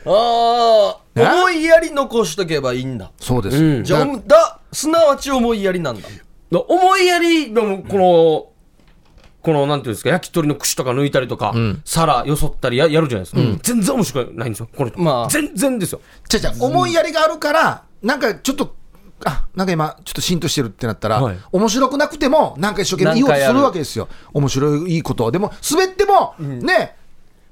S1: あ
S3: え
S1: あ思いやり残しとけばいいんだ
S3: そうです、
S2: うん
S1: じゃあ
S3: だ
S1: おだすなわち思いやりなんだ
S2: だ思いやりのこの、このなんていうんですか焼き鳥の串とか抜いたりとか、皿よそったりややるじゃないですか、全然面白くないんですよこの人、
S1: まあ
S2: 全然ですよ
S3: 違う違う思いやりがあるからなんかちょっとあなんか今ちょっと浸透してるってなったら、
S2: はい
S3: 面白くなくてもなんか一生懸命言おうとするわけですよ面白いいいことをでも滑っても、ね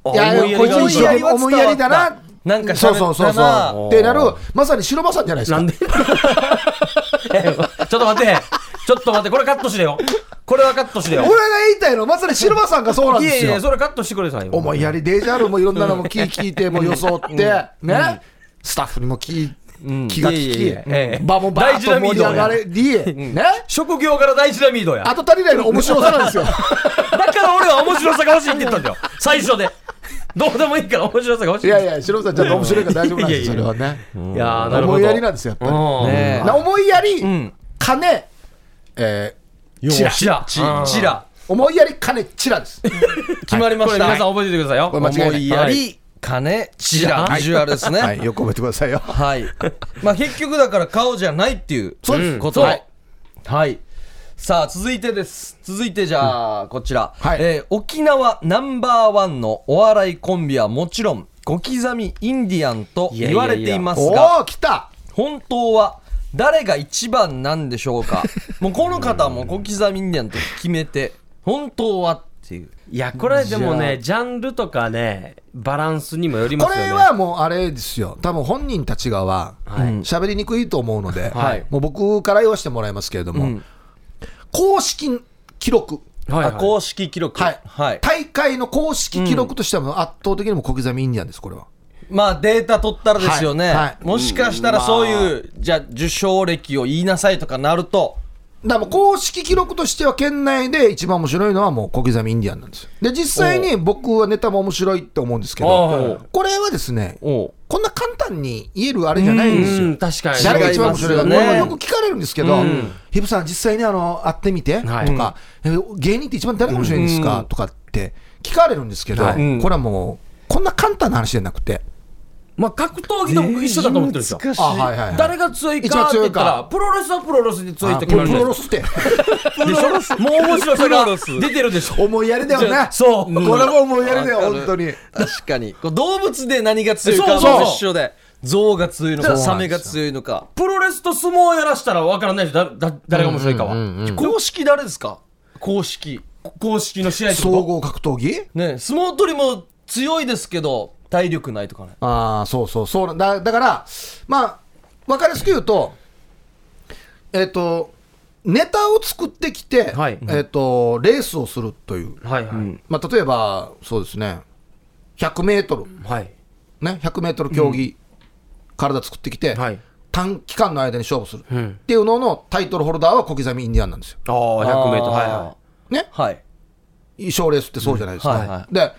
S2: あ
S3: いや
S2: 思いやりがある
S3: こいつ一生懸命思いやりだな
S1: なんか喋ったな
S3: そうそうそうそうってなるまさに白馬さんじゃないです
S2: な
S3: か
S2: んでちょっと待ってちょっと待ってこれカットしてよこれはカットしてよ
S3: 俺が言いたいのはまさに白馬さんがそうなん
S2: い
S3: で
S2: や
S3: す
S2: い
S3: よ
S2: やそれカットしてくださいよ
S3: 思いやりデージャールもいろんなのも聞い聞いても装って、ね、スタッフにも聞い気が利
S2: いえいえいえええ
S3: き、場もバーッと盛り上がれり、ね、
S2: 職業から大事なミードやだ
S3: 後足りないの面白さなんですよ。
S2: から俺は面白さが欲しいって言ったんだ よ最初でどうでもいいから面白さが欲しい
S3: いやいや、白尾さん、ちゃんと面白いから大丈夫なんですよ、
S2: い
S3: それ
S2: やいや
S3: はね。
S2: いやーなるほ
S3: 思
S2: ど
S3: いやりなんですよ、やっぱり。
S2: うん
S1: ね
S3: な思いやり
S1: ん、
S3: 金、えーチラ。
S2: チラ
S1: ち
S2: うん
S1: ちら
S3: 思いやり、金、チラです。
S1: 決まりま
S2: これ
S1: した、
S2: 皆さん覚えておいてくださいよ
S3: これ間違いない
S1: 思いやり、金ちら
S2: はい
S1: ビジュアルですね
S3: は
S1: はい、
S3: い、よく覚えてくださいよ。
S1: まあ結局だから顔じゃないっていう
S3: そうです
S1: こと
S3: そう
S1: はい、はいさあ続いてです続いてじゃあ、こちら、
S3: はい
S1: えー沖縄ナンバーワンのお笑いコンビはもちろん小刻みインディアンと言われていますが
S3: おー、来た
S1: 本当は誰が一番なんでしょうかもうこの方はもう小刻みインディアンと決めて本当はっていう
S2: いや、これでもね、ジャンルとかね、バランスにもよりま
S3: こ
S2: すよね。
S3: れはもうあれですよ、多分本人たち側は、喋りにくいと思うので、
S1: はい
S3: もう僕から言わせてもらいますけれども、公式記録、
S2: はいはい
S1: あ公式記録
S3: はい
S1: はい、
S3: 大会の公式記録としては、もう圧倒的にもう小刻みインディアンです、これは。
S1: まあデータ取ったらですよね、
S3: はいはい
S1: もしかしたらそういう、じゃあ受賞歴を言いなさいとかなると
S3: だからもう公式記録としては、県内で一番面白いのはもう小刻みインディアンなんですよ。で、実際に僕はネタも面白いって思うんですけ
S2: お
S3: ど
S2: う、
S3: これはですね、
S1: お
S3: こんな簡単に言えるあれじゃないんです
S2: う
S3: よ
S2: ん、。確かに。
S3: 誰が一番面白いか、
S1: 違い
S3: こ
S1: ます
S3: れ
S1: よね
S3: もよく聞かれるんですけど、ヒブさん、実際にあの会ってみてと
S2: はい
S3: か、え芸人って一番誰が面白いんですかとかって聞かれるんですけど、こ
S2: はい
S3: れはもう、こんな簡単な話じゃなくて、
S2: まあ、格闘技とも一緒だと思ってるんですよ。
S1: 難しい
S3: あはいはいはい
S2: 誰が強いかって言
S3: 一番強い
S2: ったら、
S3: か
S2: プロレスはプロレスで強い
S3: あ
S2: っ
S3: こ
S2: て
S3: れ
S2: 決ま
S3: プロ
S2: るじゃない
S3: ロ
S2: で
S3: スって、
S2: すか。でしょもう面白さ
S1: プロレス
S2: が出てるでしょ。
S3: 思いやりだよね、
S2: そう
S3: これも思いやりだよ、
S1: わかる
S3: 本当に。
S1: 確かにこう動物で何が強い
S2: そう
S1: か
S2: そう
S1: も一緒で象が強いのか
S3: そう
S1: サ
S3: なんで
S1: メ
S3: すよ
S1: が強いのか
S2: プロレスと相撲をやらしたら分からないでしょ、だだ誰が面白いかは。
S1: 公式誰ですか公式
S2: 公式の試合って
S3: 総
S2: こ
S3: 合格闘技
S1: ね相撲取りも強いですけど体力ないとかね
S3: ああ、そうそう、そうなんだだから、まあ、分かりやすく言うと、えっと、ネタを作ってきて、
S2: はい
S3: えっと、レースをするという。
S2: と。はいはい。
S3: まあ、例えば、そうですね、100メートル、
S2: はい。
S3: ね、100メートル競技、体作ってきて、
S2: はい
S3: 短期間の間に勝負する、
S2: ん
S3: っていうののタイトルホルダーは小刻みインディアンなんですよ。
S2: ああ、100メートル。はいは
S1: い
S3: ね、
S1: はい
S3: 賞レースってそうじゃないですか。
S1: うんはいは
S3: で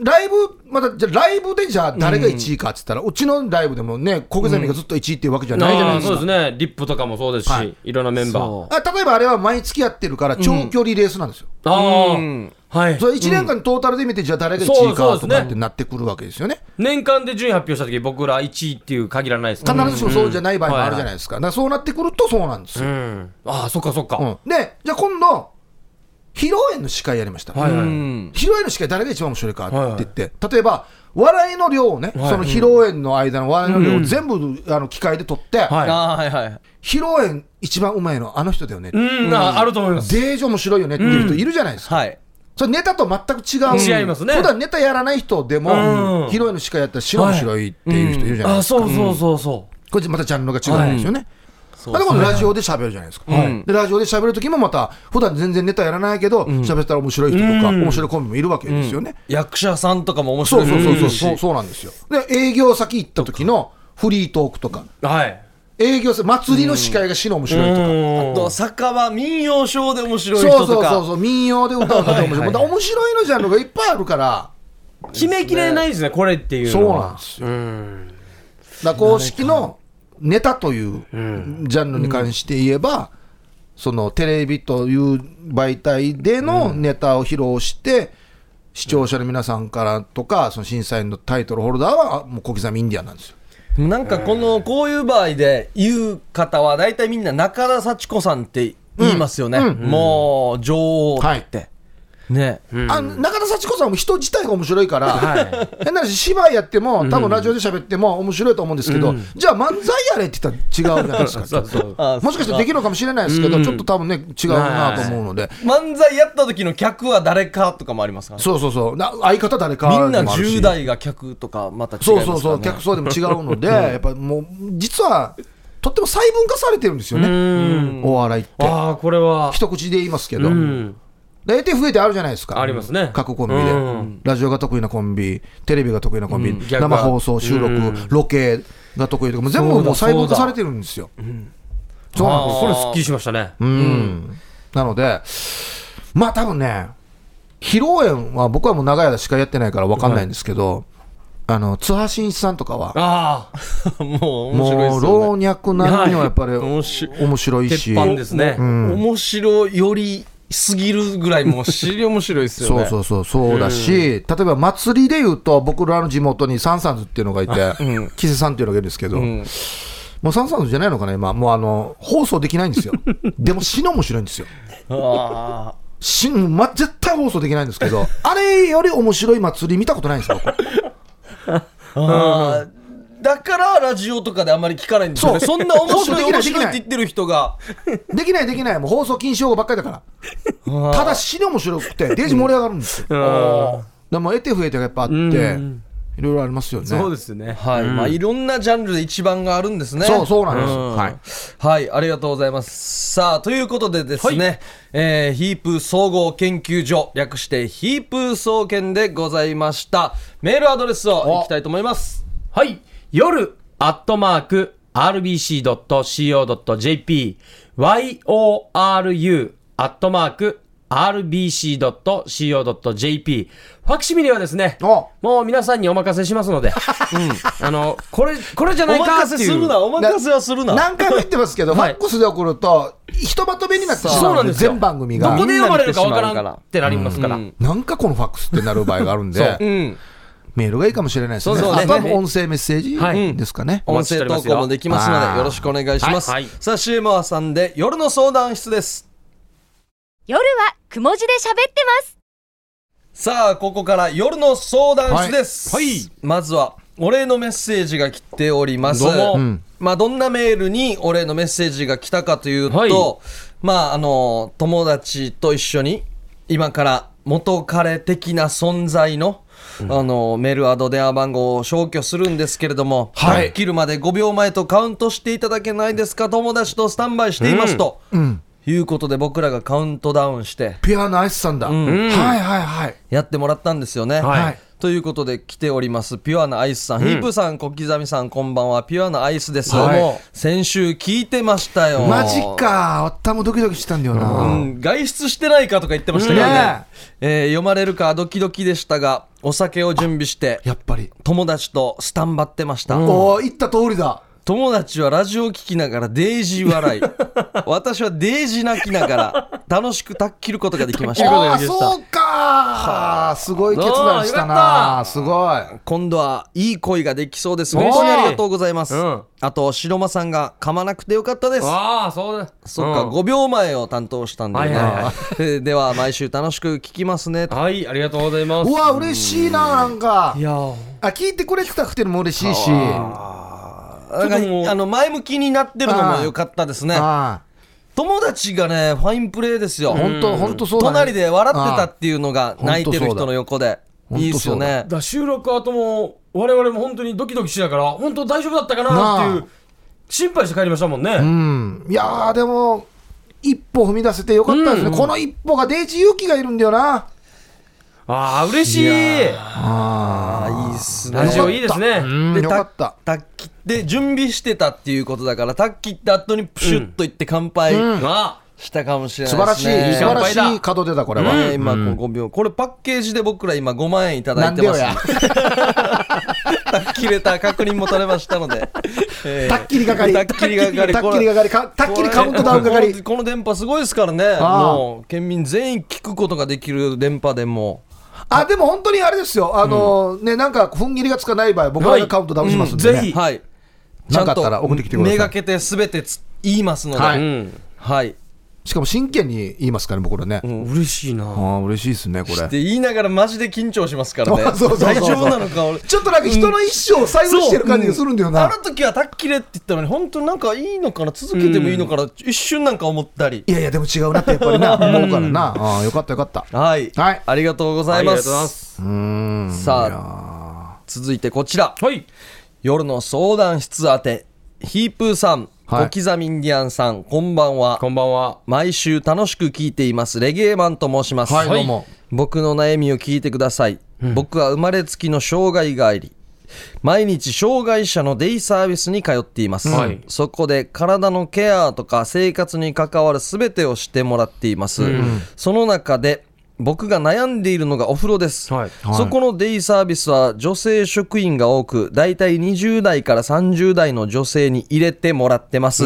S3: ライブ、また、じゃあライブでじゃあ誰が1位かって言ったら、うちのライブでもね、小刻みがずっと1位っていうわけじゃ
S2: い。
S3: ないじゃない
S2: あー
S3: です
S2: そ
S3: か。
S2: うですね。リップとかもそうです
S3: は
S2: し
S3: い、
S2: いろんなメンバー
S1: そ。
S3: あ例えばあれは毎月やってるから、長距離レースなんですよ。
S2: あ
S1: うん
S2: あ、はい
S3: そ。れ1年間トータルで見て、じゃあ誰が1位
S2: そ
S3: か
S2: うそ
S3: と
S2: うですね
S3: かってなってくるわけですよね。
S2: 年間で順位発表した時僕ら1位っていう限らないですから
S3: 必ずしもそうじゃない場合もあるじゃないですか。だからそうなってくるとそうなんですよ。
S2: うんああそっかそっか、
S3: うんで、じゃあ今度、披露宴の司会やりました。
S2: はいは
S1: う
S2: い。
S1: ん
S3: 披露宴の司会誰が一番面白いかって言って、例えば、笑いの量をね、その披露宴の間の笑いの量を全部、あの機械で取って、
S2: は
S1: あーはいはい
S3: 披露宴一番うまいのあの人だよね、
S2: い。うん、ああると思います。
S3: デージ面白いよねっていう人いるじゃないですか。
S1: はい
S3: それネタと全く違う。
S2: 違いますね
S3: 普段ネタやらない人で
S2: うん
S3: も、披露宴の司会やったら白面白いっていう人いるじゃない
S2: あ、
S3: ですか。
S2: そうそうそうそ
S3: これまたジャンルが違うんですよね。まあでもラジオで喋るじゃないですか。
S1: はい
S3: でラジオで喋る時もまた、普段全然ネタやらないけど、喋ったら面白い人とか、面白いコンビもいるわけですよね。
S1: 役者さんとかも面
S3: そ
S1: 白
S3: う
S1: い
S3: そうそうそう
S1: し
S3: そう、そうなんですよ。で、営業先行った時のフリートークとか、
S2: う。はい。
S3: 営業先、祭りの司会が死の面白いとか、
S1: あと酒場民謡ショーで面白い
S3: そう
S1: 人
S3: そ
S1: と
S3: う
S1: か
S3: そうそう、民謡で歌う方も面白い。また面白いのジャンルがいっぱいあるから、
S2: 決めきれないですね、これっていう
S3: そう
S2: の
S3: なん
S2: は。
S3: ですよ。だから公式のネタというジャンルに関して言えば、そのテレビという媒体でのネタを披露して、視聴者の皆さんからとか、その審査員のタイトルホルダーは、もう小刻みインディアンなんですよ。
S1: なんかこのこういう場合で言う方は大体みんな中田幸子さんって言いますよね、
S3: うん
S1: もう女王って言って、ね
S3: あ中田幸子さんも人自体が面白いから、
S2: はい
S3: 変な話、芝居やっても、多分ラジオで喋っても面白いと思うんですけど、じゃあ漫才やれって言ったら違うじゃないです か、
S2: そうそう。
S1: あ
S3: もしかしたらできるのかもしれないですけど、ちょっと多分ね、違うなと思うので、
S1: 漫才やった時の客は誰かとかもありますからね
S3: そうそうそう、な相方誰か
S1: み
S3: でも
S1: んな
S3: あるし
S1: 10代が客とかまた違いますか
S3: そ
S1: ら、
S3: う
S1: ね、
S3: そうそう、客層でも違うの で、やっぱもう、実はとっても細分化されてるんですよね、お笑いって。
S2: ああ、これは。
S3: 一口で言いますけど、
S2: うん。
S3: 大体増えてあるじゃないですか、
S2: ありますね
S3: 各コンビで、
S2: うん
S3: ラジオが得意なコンビ、テレビが得意なコンビ、
S2: うん逆
S3: 生
S2: が
S3: 放送、収録、
S2: うん
S3: ロケが得意とか、もう全部もう細分化されてるんですよ。そうなんです
S2: これ、すっきりしましたね。
S3: うん、なので、まあ多分ね、披露宴は僕はもう長い間司会やってないから分かんないんですけど、あの津波真一さんとかは、
S2: あ あ、
S1: もう面白いで
S3: もう
S1: すよ、ね、
S3: 老若男女やっぱり
S1: 面白
S3: 面白い
S2: 鉄
S3: し、
S2: 板ですね。
S1: 面白いよりすぎるぐらいもう知り面白いですよ
S3: そ
S1: ね
S3: うそうそう、そうだし、例えば祭りでいうと、僕らの地元にサンサンズっていうのがいて、キセさんっていうのがいるんですけど、
S1: ん
S3: もうサンサンズじゃないのかな、今、もうあの放送できないんですよ、でも死の面白いんですよ。
S1: あ
S3: しん、ま、絶対放送できないんですけ ど、あれより面白い祭り見たことないんですよ、僕
S1: ーあーだからラジオとかであんまり聞かないんですよね
S3: そ
S1: そうんな面白い
S3: 放送できない
S1: 面白いって言ってる人が
S3: できない、できない、もう放送禁止用語ばっかりだから、ただ死に面白くて、デージ盛り上がるんですよ。
S2: うん
S3: でも、得て増えてがやっぱあって、
S2: うん
S3: いろいろありますよね。
S2: そうですね。
S1: はい、まあいろんなジャンルで一番があるんですね。
S3: そうそうなんですはい
S1: はい。ありがとうございます。さあ、ということでですね、えーヒープー総合研究所、略してヒープー総研でございました。メールアドレスをいきたいと思います。
S2: はい。夜、アットマーク、rbc.co.jp、yoru、アットマーク、rbc.co.jp。ファクシミリはですね、
S3: お
S2: もう皆さんにお任せします ので、うんあの、これ、これじゃ
S1: お
S2: ないか
S1: 任
S2: って
S1: せ
S2: い
S1: す
S2: う。
S1: るな、お任せはするな。
S3: 何回も言ってますけど、
S2: はい
S3: ファックスで送ると、ひとまとめになってし
S2: そう
S3: ま
S2: な
S3: うんんで、
S2: ですよ
S3: 全番組
S2: ど
S3: が
S2: こ。で読まれるかわか
S1: みんな見てしまうから
S2: ん
S1: ら
S2: ってなりますから。
S3: なんかこのファックスってなる場合があるん
S2: そう
S1: う、
S3: で
S1: ん。
S3: メールがいいかもしれないですね。
S2: そうですね
S3: あとはもう音声メッセー
S2: はい
S3: ジですかね。
S2: お
S1: 音
S2: 待ちして
S1: 声
S2: おりま
S1: 投
S2: すよ
S1: 稿もできますの
S3: あー
S1: で、よろしくお願いします。
S2: はいはい
S1: さあ、CM はさんで、夜の相談室です。
S4: 夜はくも字で喋ってます。
S1: さあ、ここから夜の相談室です。
S2: はいはい
S1: まずは、お礼のメッセージが来ております。
S2: どうも
S3: うん
S1: まあ、どんなメールにお礼のメッセージが来たかというと、
S2: はい
S1: まあ、あの、友達と一緒に、今から元彼的な存在の、あの、メールアド電話番号を消去するんですけれども、
S3: はい
S1: 切るまで5秒前とカウントしていただけないですか友達とスタンバイしていますと、
S3: うん。
S1: いうことで僕らがカウントダウンして、
S3: ピアノアイスさんだ。はい
S1: ん
S3: はいはい。
S1: やってもらったんですよね。
S2: はい
S3: はい
S1: ということで来ておりますピュアなアイスさん、ヒープさん小刻みさんこんばんはピュアなアイスです、
S3: はい
S1: もう先週聞いてましたよ
S3: マジか、わったもドキドキしてたんだよ
S1: う
S3: な。
S1: ん、外出してないかとか言ってましたけどね
S3: ね
S1: えー読まれるかドキドキでしたがお酒を準備して
S3: やっぱり。
S1: 友達とスタンバってました、
S3: おお、言った通りだ。
S1: 友達はラジオを聞きながらデイジー 笑い私はデイジー泣きながら楽しくたっきることができまし
S2: いうこと
S1: た
S2: で
S3: ああ
S2: 言ってた
S3: そうかすごい決断した
S2: あ
S3: な
S2: ー
S3: すごい
S1: 今度はいい恋ができそうです
S2: 嬉し
S1: 本
S2: い
S1: 当にありがとうございます、
S2: うん
S1: あと白間さんが噛まなくてよかったです
S2: ああ、そうだ。
S1: そっか、
S2: うん
S1: 5秒前を担当したんで、
S2: はいはいはい
S1: えー では毎週楽しく聞きますね
S2: はい、ありがとうございます
S3: う。わ嬉しいななんか
S2: いやー
S3: あ聞いてくれてたくても嬉しいしあ
S1: なん
S2: ちょっともう
S1: かあの前向きになってるのもよかったですね
S3: あ
S1: 友達がねファインプレーですよ
S3: 本当本当そうだね
S1: 隣で笑ってたっていうのが
S3: あー
S1: 泣いてる人の横で
S3: ほんとそうだ
S1: いいですよね
S2: だ収録後も、我々も本当にドキドキしながら、本当大丈夫だったかなってい
S3: な
S2: う、心配して帰りましたもんね。
S3: うんいやーでも一歩踏み出せてよかったですね、この一歩がデイジー勇気がいるんだよな
S2: ああ、嬉しい
S3: あ
S1: あーいいっすね
S2: ラジオいいですね。
S3: ーうんよかった
S1: 卓球で準備してたっていうことだから卓球って後にプシュッといって乾杯
S2: あ
S1: したかもしれ
S3: 素
S1: な
S3: 晴
S1: い
S3: ら
S1: で
S3: しい
S1: す
S3: 素
S1: ね
S3: 晴ら
S2: 乾杯だ
S3: しい門出だこれは、
S1: ね今この5秒これパッケージで僕ら今5万円いただいてます
S3: なん
S1: 切れた確認も取れましたの で
S3: たっきり係
S1: たっきり係
S3: たっきり係かたっきりカウントダウン
S1: これ
S3: 係
S1: このこの電波すごいですからね
S3: ああ
S1: もう県民全員聞くことができる電波でも
S3: あでも本当にあれですよ、あのねなんか踏ん切りがつかない場合、僕ら
S2: は
S3: が
S2: い
S3: カウントダウンしますんで、ね
S2: うんぜひ
S1: はいち
S3: な
S1: ゃ
S3: ん
S1: ん
S3: かあったら
S1: と
S3: 送ってきてくださ
S1: め
S3: い
S1: がけて全てつ言いますので
S2: あ。
S1: は
S2: う
S1: い、
S2: ん。
S3: しかも真剣に言いますからね、僕らね、
S2: 嬉しいな。
S3: ああ、嬉しいですね、こ
S1: っ
S3: れ。
S1: て言いながらマジで緊張しますからね
S3: そうそうそうそう
S1: 大丈夫なのか俺
S3: ちょっとなんか人の一生を左右してる感じがするんだよな、
S1: あの時はタッキレって言ったのに本当なんかいいのかな続けてもいいのかな、一瞬なんか思ったり
S3: いやいや、でも違うなってやっぱりな、思うからな、ああよかったよかった。
S1: はい、
S3: はい
S1: ありがとうござ
S2: あ
S1: い
S2: りが
S1: ま
S2: とう
S1: す
S2: ございます。
S3: うーん
S1: さあ続いてこちら
S2: はい。
S1: 夜の相談室宛てヒープーさん、
S3: はい
S1: 小刻みインディアンさんこんばんは
S2: こんばんは。
S1: 毎週楽しく聞いていますレゲエマンと申します、
S3: はいどうも
S1: 僕の悩みを聞いてください、僕は生まれつきの障害があり毎日障害者のデイサービスに通っています、
S2: はい
S1: そこで体のケアとか生活に関わる全てをしてもらっています、その中で僕が悩んでいるのがお風呂です、
S2: はい
S1: そこのデイサービスは女性職員が多くだいたい20代から30代の女性に入れてもらってます、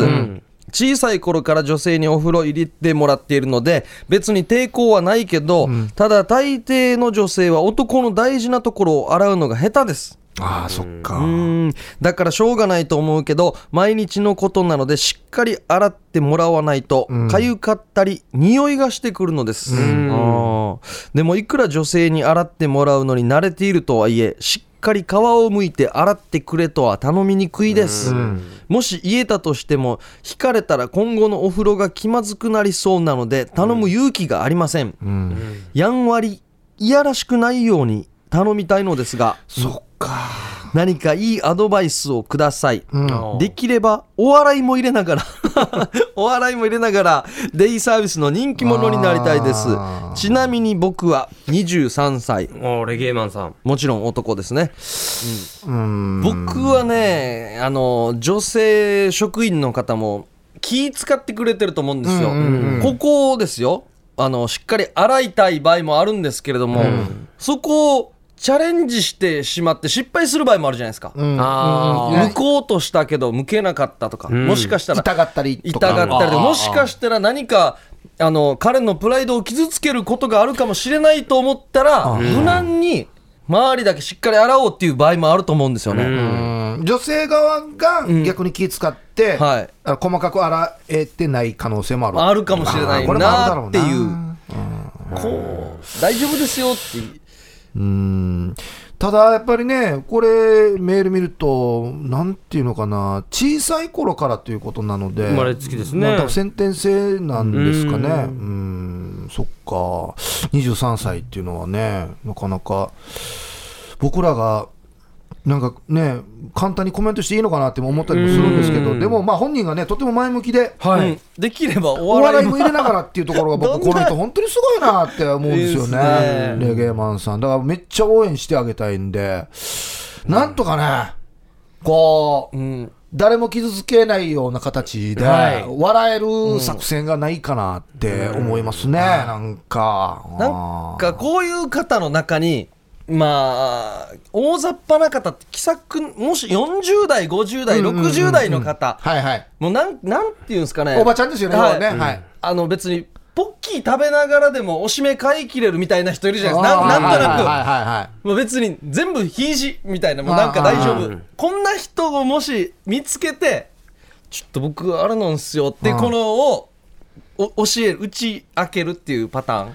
S1: 小さい頃から女性にお風呂入れてもらっているので別に抵抗はないけど、ただ大抵の女性は男の大事なところを洗うのが下手です
S3: ああ、そっか。
S1: うんだからしょうがないと思うけど毎日のことなのでしっかり洗ってもらわないとかゆかったり匂いがしてくるのです、あーでもいくら女性に洗ってもらうのに慣れているとはいえしっかり皮をむいて洗ってくれとは頼みにくいです、もし言えたとしても引かれたら今後のお風呂が気まずくなりそうなので頼む勇気がありません、やんわりいやらしくないように頼みたいのですが
S3: そっか。
S1: 何かいいアドバイスをください、
S2: あー
S1: できればお笑いも入れながら お笑いも入れながらデイサービスの人気者になりたいです
S3: あー
S1: ちなみに僕は23歳
S2: おーレゲエマンさん。
S1: もちろん男ですね
S3: うん。
S1: 僕はねあの女性職員の方も気使ってくれてると思うんですよ、
S3: うんうんうん
S1: ここをですよあのしっかり洗いたい場合もあるんですけれども、そこをチャレンジしてしまって失敗する場合もあるじゃないですか、
S3: うん
S2: あ
S3: うん
S2: ー
S1: 向こうとしたけど向けなかったとか、
S2: ん
S1: もしかしたら
S3: 痛がったりと
S1: 痛
S3: か。
S1: がったりで
S3: あー
S1: もしかしたら何かあの彼のプライドを傷つけることがあるかもしれないと思ったら無難に周りだけしっかり洗おうっていう場合もあると思うんですよね。
S3: うん女性側が逆に気使って、
S1: はい
S3: あ細かく洗えてない可能性もある
S1: あるかもしれない
S3: あーこれもあるだろ
S1: なっていうこう大丈夫ですよっていう
S3: うんただやっぱりねこれメール見るとなんていうのかな小さい頃からということなので
S2: 生まれつきですね
S3: まあ多分先天性なんですかね
S2: う
S3: うんんそっか23歳っていうのはねなかなか僕らがなんかね簡単にコメントしていいのかなっても思ったりもするんですけ
S2: う
S3: ど
S2: ん
S3: でもまあ本人がねとても前向きで
S2: は
S1: うん。できればお
S3: お
S1: 笑
S3: 笑
S1: い
S3: いも
S1: も
S3: 入れながらっていうところが僕
S1: どん
S3: こ
S1: な
S3: の人本当にすごいなって思うんです
S1: いいで
S3: よね
S1: すね
S3: レゲエマンさんだからめっちゃ応援してあげたいんでなんとかねこう、
S1: うん
S3: 誰も傷つけないような形で、
S2: はい
S3: 笑える作戦がないかなって思いますね、なんか
S1: なんかこういう方の中にまあ大雑把な方って気さくもし40代50代60代の方
S3: はいはい。
S1: もうなんなんていうんですかね
S3: おばちゃんですよね、
S1: はい
S3: 要はね。はい。
S1: あの別にポッキー食べながらでもおしめ買い切れるみたいな人いるじゃないですかななんとなく、
S3: はいはいはいはい。
S1: もう別に全部ひいじみたいなもうなんか大丈
S3: あ
S1: 夫こんな人をもし見つけてちょっと僕あれなんすよって
S3: あー
S1: このをお教える打ち明けるっていうパターンこ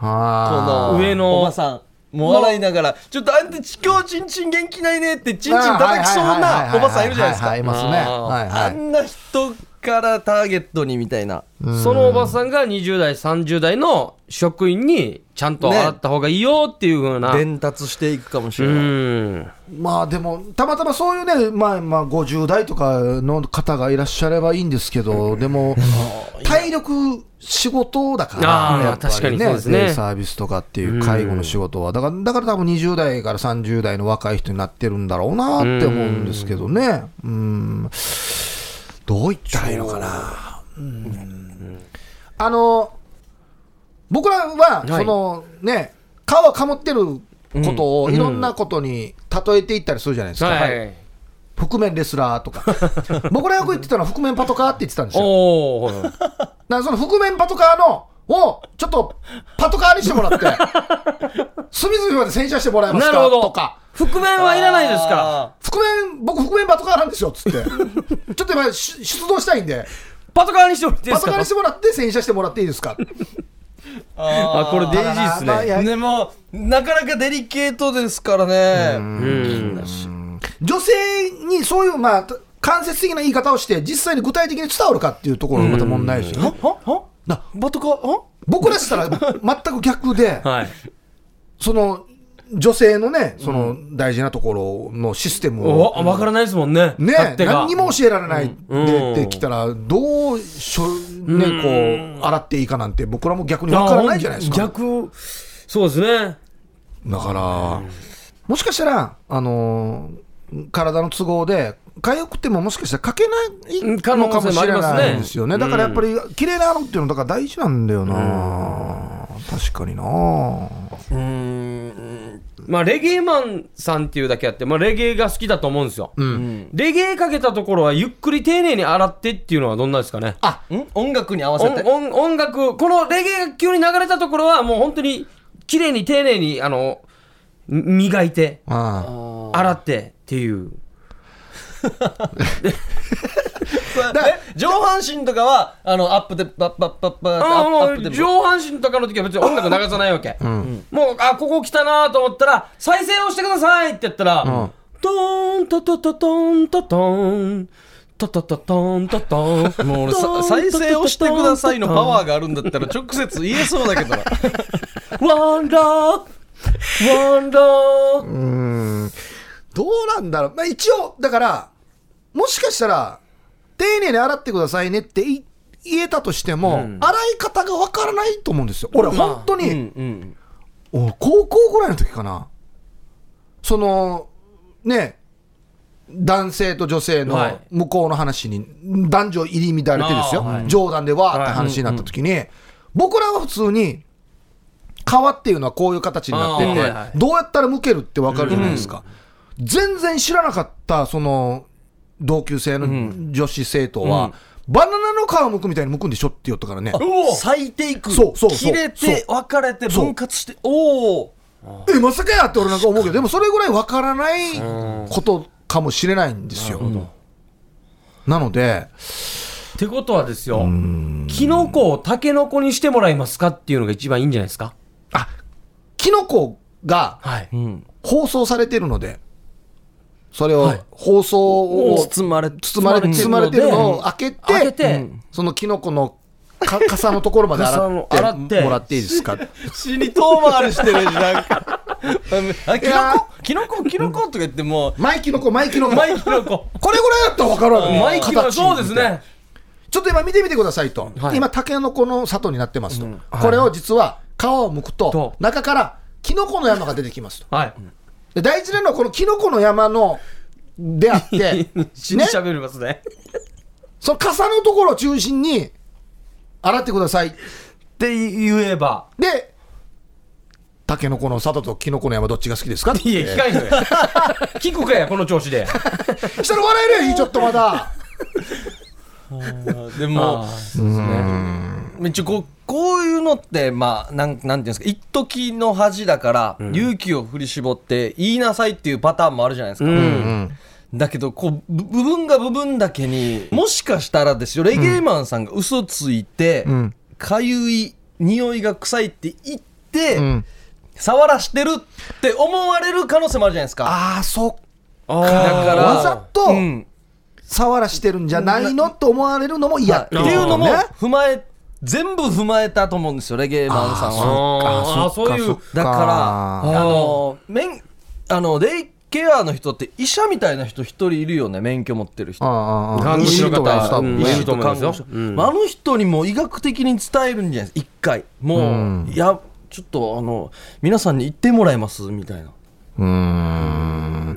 S3: あ
S1: の
S2: 上
S1: お
S2: の
S1: ばさんもう笑いながら「ちょっとあんた今日ちんちん元気ないね」ってちんちん叩きそうなおばさんいるじゃないです
S3: は
S1: か
S3: い、いますね。
S2: あー
S3: はいは
S1: あ
S3: い。
S1: んな人からターゲットにみたいな
S2: そのおばさんが20代、30代の職員にちゃんと洗った方がいいよっていうふうな。
S1: 伝達していくかもし
S2: う
S1: れない。
S2: ん。
S3: まあでも、たまたまそういうね、まあまあ50代とかの方がいらっしゃればいいんですけど、でも、体力仕事だか
S2: あー
S3: ら、やっぱ
S2: 確か
S3: り
S2: にそう
S3: ね、
S2: ですね
S3: デイサービスとかっていう介護の仕事は、だから、だから多分20代から30代の若い人になってるんだろうなって思うんですけどね。うん。どう言ったらいいのかな。あの、僕らは、
S2: い
S3: そのね、皮をかもってることをいろんなことに例えていったりするじゃないですか。
S2: はい。
S3: 覆面レスラー とか。僕らよく言ってたのは覆面パトカーって言ってたんですよ。
S2: おお。はい
S3: だからその覆面パトカーの、をちょっとパトカーにしてもら って、隅々まで洗車してもらえます
S2: なる
S3: か
S2: ほど。
S3: とか、。
S2: 覆面はいらないですから。
S3: 覆面、僕覆面パトカーなんですよ、 つって。ちょっと今し出動したいんで、
S2: パトカーにしてもらっていいで
S3: パ
S2: す
S3: ト
S2: か
S3: カーにしてもらって洗車してもらっていいですか。
S1: あ
S2: あ、
S1: ー
S2: これデイジーっす
S3: まあい
S2: ね。
S3: や
S1: でもなかなかデリケートですからね。
S2: うん。
S3: 女性にそういう、まあ、た間接的な言い方をして、実際に具体的に伝わるかっていうところがまた問題ですよね。
S1: はは
S3: な
S1: バトカーは
S3: 僕らしたら全く逆 で、
S2: はい。
S3: その女性のね、その大事なところのシステム
S2: お
S3: を、
S2: わからないですもんね。
S3: ね
S2: 勝、手が
S3: 何にも教えられない
S2: うん
S3: でってきたら、どうしょ、ね、こう、洗っていいかなんて、僕らも逆にわからないじゃないです
S2: いや
S3: か。
S2: 逆、そうですね。
S3: だから、もしかしたら、あのー体の都合で、かゆくてももしかしたら書けない
S2: 可
S3: の
S2: 能
S3: かも
S2: 性
S3: し
S2: もあり
S3: れ
S2: ますね
S3: ないんですよね。だからやっぱり、綺麗なのっていうの、だから大事なんだよな。確かにな。
S1: うーん
S2: まあ、レゲエマンさんっていうだけあって、まあ、レゲエが好きだと思うんですよ。レゲエかけたところは、ゆっくり丁寧に洗ってっていうのはどんなですかね。
S3: あ、
S1: ん音楽に合わせて。
S2: 音音音楽、このレゲエが急に流れたところは、もう本当に、綺麗に丁寧に、あの、み磨いて、
S3: あ
S2: 洗ってっていう。
S1: そうえ上半身とかはあのアップでバッバッバッバッ
S2: ああ
S1: アッ
S2: も
S1: アップ
S2: う
S1: で
S2: 上半身とかの時は別に音楽流さないわけ、もうあここ来たなと思ったら再生をしてくださいって言ったら、トーントトトトーントトーントトトトーントトーン
S1: もう俺さ再生をしてくださいのパワーがあるんだったら直接言え そうだけどな
S2: ーワンラーワンラー
S3: うーん。どうなんだろう。まあ一応、だから、もしかしたら、丁寧に洗ってくださいねってい言えたとしても、洗い方がわからないと思うんですよ。俺、本当に、
S1: うんうん
S3: 俺高校ぐらいの時かな。その、ね、男性と女性の
S2: はい
S3: 向こうの話に、男女入り乱れてですよ、
S2: あーはい
S3: 冗談でわーって話になった時に、僕らは普通に、皮っていうのはこういう形になって
S2: あ
S3: て、
S2: ーはいはい
S3: どうやったら剥けるってわかるじゃないですか。全然知らなかった、その、同級生の女子生徒は、バナナの皮むくみたいに剥くんでしょって言ったからね。
S1: 咲いていく
S3: そうそうそ
S1: 切
S3: う
S1: れて
S3: そ
S1: 分かれて
S3: そう
S1: 分割しておお
S3: えまさかやって俺なんか思うけどでもそれぐらいわからないことかもしれないんですよなので
S2: ってことはですよキノコをタケノコにしてもらえますかっていうのが一番いいんじゃないですか
S3: あキノコが
S2: はい
S3: 放送されてるのでそれを
S2: はい
S3: 放送を
S1: 包まれ
S3: 包まれ包まれてるのを開けて
S2: 開けて、
S3: そのキノコのか 傘のところまで洗って
S2: 傘の洗って
S3: もらっていいですか
S1: 死に遠回りしてるしなんか あキノコキノコキノコとか言っても
S3: マイキノコマイキノコ
S2: マイキノコ
S3: これぐらいだったらわからない
S2: マイキノコそうですね
S3: ちょっと今見てみてくださいと、
S2: はい
S3: 今、タケノコの里になってますと、これを実は皮を剥くと
S2: と、
S3: 中からキノコの山が出てきますと、
S2: はい、
S3: で大事なのはこのキノコの山のであってね、
S2: 死に喋りますね
S3: その傘のところを中心に洗ってください、
S2: って言えば、
S3: で、タケノコの里とキノコの山どっちが好きですかって
S2: いや、聞かん のや。聞くかや、この調子で。
S3: したら笑えるやんちょっとまだ
S1: でも一応こうこういうのってまあなんなんていうんですか一時の恥だから、勇気を振り絞って言いなさいっていうパターンもあるじゃないですか、だけどこうぶ部分が部分だけにもしかしたらですよレゲエマンさんが嘘ついて
S3: ん
S1: かゆ、い匂いが臭いって言って、
S3: ん
S1: 触らしてるって思われる可能性もあるじゃないですか
S3: ああそ
S2: だか
S1: だから
S3: わざと
S1: うん
S3: 触らしてるんじゃないのと思われるのも嫌
S1: っ
S3: ってて
S1: い
S3: いうう
S1: の
S3: の
S1: も
S3: も
S1: 踏まえ全部踏まえたと思うんですよレゲエマンさんは。
S2: ああ、そういう。
S1: だから、あの、免、あの、レイケアの人って医者みたいな人一人いるよね、免許持ってる人。
S3: あ
S2: あ
S3: あ
S2: あ
S1: 医師
S2: の方
S3: 多分
S1: 医
S3: ね
S2: うん
S1: 師と看護師
S2: いると思いますようん
S1: まああの人にも医学的に伝えるんじゃないですか、一回。もう、
S3: うん
S1: いや、ちょっとあの、皆さんに言ってもらえますみたいな。
S3: うーん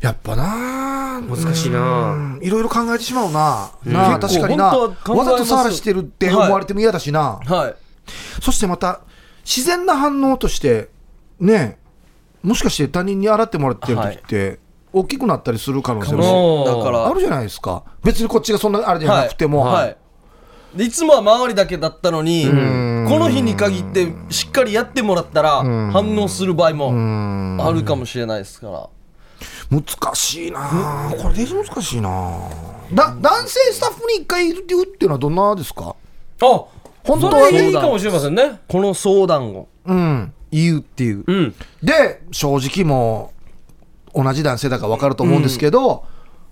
S3: やっぱな
S2: 難しいな
S3: うんいろいろ考えてしまうな,、なあ
S1: 結構
S3: 確かにな
S1: 本当は考えま
S3: わ
S1: す
S3: ざと触らしてるって思われても嫌だしな、
S1: はい。
S3: そしてまた自然な反応としてねもしかして他人に洗ってもらってる時って、大きくなったりする可能性も
S2: も
S1: だから、
S3: あるじゃないですか別にこっちがそんなあれじゃなくても、
S1: はいはいでいつもは周りだけだったのに、
S3: ん
S1: この日に限ってしっかりやってもらったら
S3: ん
S1: 反応する場合も
S3: うん
S1: あるかもしれないですから。
S3: 難しいなあこれデージ難しいなあだ男性スタッフに一回言うっていうのはどんなですか
S2: あ、
S3: 本当
S2: そ
S3: は
S2: れ
S3: ね
S2: いいかもしれませんね。
S1: この相談を
S3: うん
S1: 言うっていう。
S2: うん。
S3: で正直もう同じ男性だから分かると思うんですけど、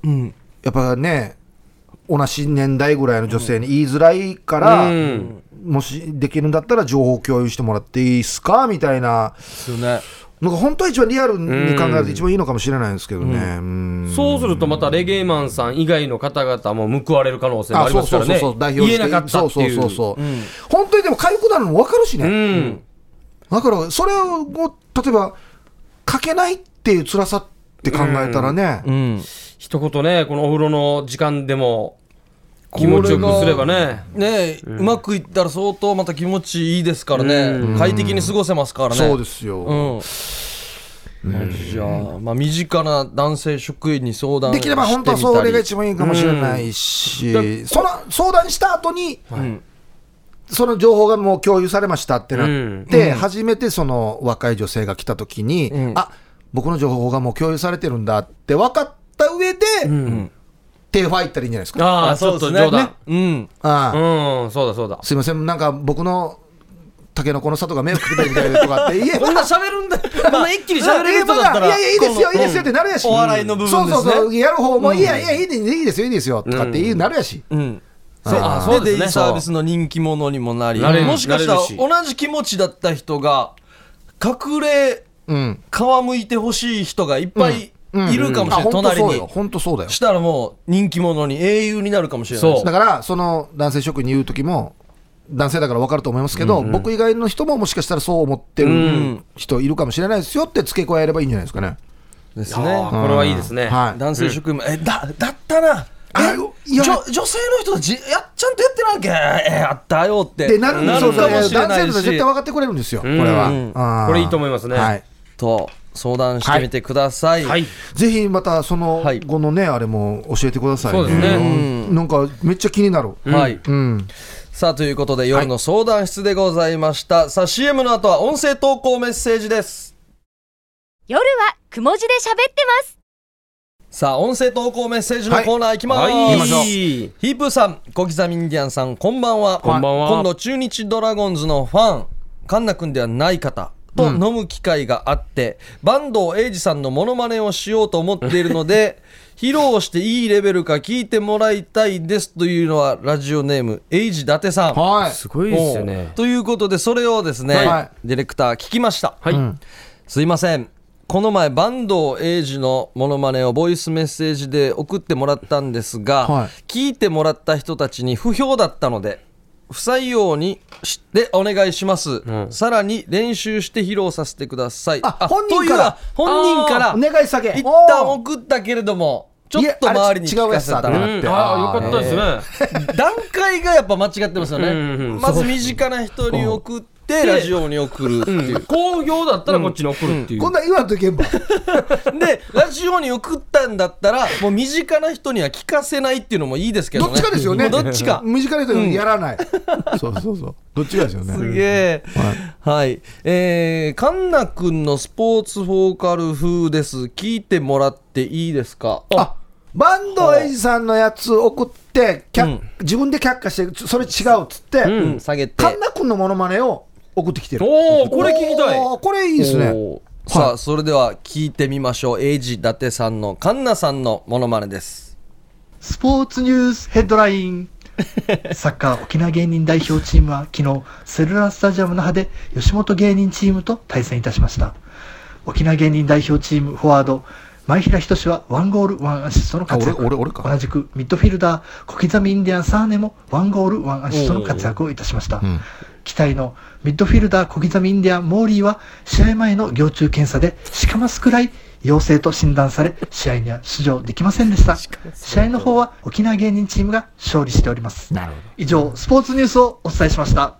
S1: うん。
S3: やっぱね同じ年代ぐらいの女性に言いづらいから、
S2: うん。
S3: もしできるんだったら情報共有してもらっていいですかみたいな
S1: ですよね。
S3: のが本当は一番リアルに考えると一番いいのかもしれないんですけどね、うん
S2: そうするとまたレゲエマンさん以外の方々も報われる可能性もありますからね。
S3: そうそうそうそう代表
S2: 言え
S3: して
S2: なかったっていう。
S3: そうそうそうそう、
S1: ん
S3: 本当にでも痒くなるの分かるしね、
S2: うん。
S3: だからそれを例えば書けないっていう辛さって考えたらね、
S1: うん。
S2: 一言ね、このお風呂の時間でも気持ちよくすればね。
S1: ねえ、うまくいったら相当また気持ちいいですからね。
S2: うん
S1: 快適に過ごせますからね。
S3: そうですよ、
S1: うん。じゃあ、まあ、身近な男性職員に相談
S3: できれば本当は
S1: してみた
S3: そ
S1: り
S3: れが一番いいかもしれないし、
S2: う
S3: その相談した後に、
S1: ん
S3: その情報がもう共有されましたってなって、
S2: うん
S3: 初めてその若い女性が来た時に、
S1: ん
S3: あ僕の情報がもう共有されてるんだって分かった上で、手を入ったらいいんじゃないですか。
S2: ああ、ちょっと冗談。
S1: うん。
S3: ああ
S2: うん、そうだそうだ。
S3: すいません、なんか僕のタケノコの里が迷惑かけたみたいなとかって言 えば
S2: こんな喋るんだ。こんな一気に喋れる人だったら。
S3: いやいや、いいですよ、いいですよってなるやし。
S1: お笑いの部分ですね
S3: そうそうそう、やる方も、いやいや、いいですいいですよ、いいですよ、とかって言うなるやし。
S1: うん。
S3: そうあ
S2: そうですね
S1: デイサービスの人気者にもなり、
S2: なれる
S1: もしかしたら
S2: なれるし
S1: 同じ気持ちだった人が、隠れ
S3: うん。
S1: 皮むいてほしい人がいっぱいいるかもしれない、
S3: 本当
S1: 隣
S3: そう
S1: に
S3: よ。。本当そうだよ。
S1: したらもう人気者に英雄になるかもしれないです
S2: そう
S3: だから、その男性諸君に言う時も、男性だから分かると思いますけど、僕以外の人ももしかしたらそう思ってる
S1: ん
S3: 人いるかもしれないですよって付け加えればいいんじゃないですかね。
S1: です
S2: ああ
S1: ね。
S2: これはいいですね。
S3: はい。
S1: 男性職員も、え、だ、だったな。
S3: あ
S1: え
S3: いや
S1: 女女性の人たち、やっちゃんとやってなきゃ、えあったよって。
S3: でなるんです
S1: か
S3: よ、
S1: もしれないし。
S3: 男性だと絶対分かってくれるんですよ、これは。
S2: うん
S3: あー
S2: これいいと思いますね
S3: はい
S1: と、相談してみてください。
S2: はい。
S3: ぜひまたその
S1: はい
S3: 後のね、あれも教えてくださいね
S2: そうですね
S3: うんなんかめっちゃ気になる、
S1: はい
S3: うん、
S1: さあ、ということで、夜の相談室でございました。さあ、CM の後は音声投稿メッセージです。
S4: 夜はくも字で喋ってます。
S1: さあ、音声投稿メッセージの
S3: はい
S1: コーナー行きます。
S2: はい。
S1: ヒープーさん、小刻みインディアンさん、こんばんは。
S2: こんばんは
S1: 今度、中日ドラゴンズのファン、カンナ君ではない方。と飲む機会があって、坂東英二さんのモノマネをしようと思っているの で披露していいレベルか聞いてもらいたいですというのはラジオネーム英二伊達さん。
S3: はい
S2: すごいですよね
S1: おう。ということでそれをですね、
S3: は
S1: ディレクター聞きました、
S2: はい。
S1: すいませんこの前坂東英二のモノマネをボイスメッセージで送ってもらったんですが、
S3: はい
S1: 聞いてもらった人たちに不評だったので不採用にしてお願いします、
S2: ん
S1: さらに練習して披露させてください
S3: あ本人
S1: というのは
S3: から
S1: 本人から
S3: お願い下げ
S1: 一旦送ったけれどもちょっと周りに聞かせた
S3: いやあれ違うやつだったな
S2: うん、ああ、よかったですね。
S1: 段階がやっぱ間違ってますよね、
S2: うんうんうん
S1: まず身近な人に送っててラジオに送るって いう、
S2: 好評だったらこっちに送るっていう。
S3: こんなん言わんといけんば。
S1: でラジオに送ったんだったらもう身近な人には聞かせないっていうのもいいですけど
S3: ど
S1: ね
S3: っちかですよね。
S1: もうどっちか
S3: 短い人やらない。そうそうそう。どっちかですよね。
S1: すげえ、はい、えー、カンナ君のスポーツフォーカル風です聞いてもらっていいですか
S3: あバンドエイジさんのやつ送って、却
S1: うん
S3: 自分で却下して、そそれ違うっつって、
S2: うん
S1: 下げて
S3: 神田君のモノマネを送ってきてる。
S2: おお、これ聞きたい。
S3: おーこれいいですね。
S1: おーさあ、それでは聞いてみましょうエイジ伊達さんのカンナさんのモノマネです
S5: スポーツニュースヘッドライン。サッカー沖縄芸人代表チームは昨日、セルラースタジアム那覇で吉本芸人チームと対戦いたしました。沖縄芸人代表チームフォワード、前平仁は1ゴール1アシストの活躍。
S3: あ俺俺俺か
S5: 同じくミッドフィルダー、小刻みインディアンサーネも1ゴール1アシストの活躍をいたしました。期待のミッドフィルダー小刻みインディアンモーリーは試合前の行中検査でしかますくらい陽性と診断され試合には出場できませんでした。試合の方は沖縄芸人チームが勝利しております。
S3: なるほど
S5: 以上、スポーツニュースをお伝えしました。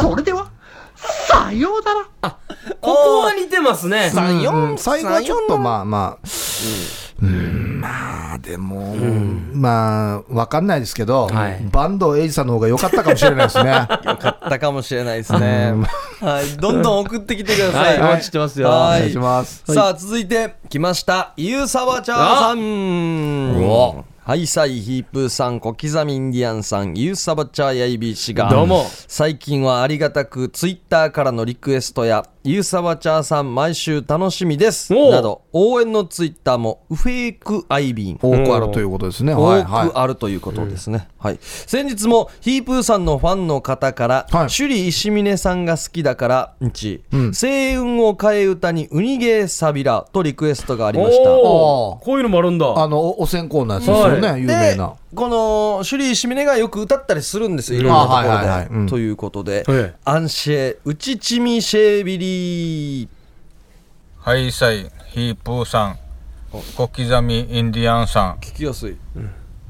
S5: それでは、さようなら。
S2: ここは似てますね。
S1: 三
S3: うん
S1: 四
S3: 最後はちょっとまあまあ、うん、まあでも、まあわかんないですけど、
S2: はい
S3: バンドエイジさんの方が良かったかもしれないですね
S1: よかったかもしれないです ね、はい、どんどん送ってきてください、
S2: はいお待ちしてますよ
S1: は
S3: お願いします
S1: さあ続いて来ましたゆうさわちゃーさん
S2: お
S1: ハイサイヒープーさん小刻みインディアンさんゆうさばちゃーやいびーしが
S2: どうも
S1: 最近はありがたくツイッターからのリクエストやゆうさばちゃーさん毎週楽しみです
S2: おう
S1: など応援のツイッターもフェイクアイビーン
S3: 多くあるということですね、はい
S1: 多
S3: はい
S1: くあるということですね、はい先日もヒープーさんのファンの方から、
S3: はい
S1: 首里石峰さんが好きだからんち、星雲を替え歌にウニゲーサビラとリクエストがありました
S2: おお、こういうのもあるんだ。
S3: あのおお線香のやつですよね、
S2: は
S3: 有名
S1: で
S3: な
S1: この首里石峰がよく歌ったりするんですよいろんなところで、
S3: あはいはいはいうん
S1: ということで、
S2: ええ
S1: アンシェウチチミシェービリー
S6: ハイサイ、ヒープーさん、小刻みインディアンさん、
S1: 聞きやすい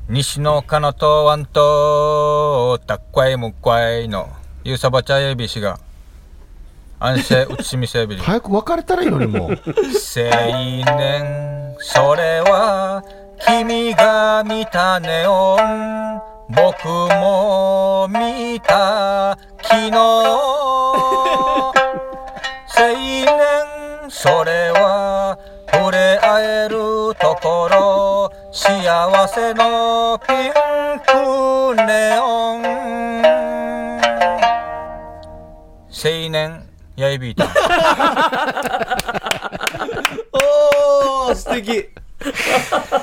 S6: 西のカナとワンと、タッコイムコイの、ユーサバチャエビシが、安静打ちしみせびり。
S3: 早く別れたらいいのにも う
S6: 青年、それは、君が見たネオン、僕も見た、昨日。青年それは触れ合えるところ幸せのピンクネオン青年やいびいた
S1: おー素敵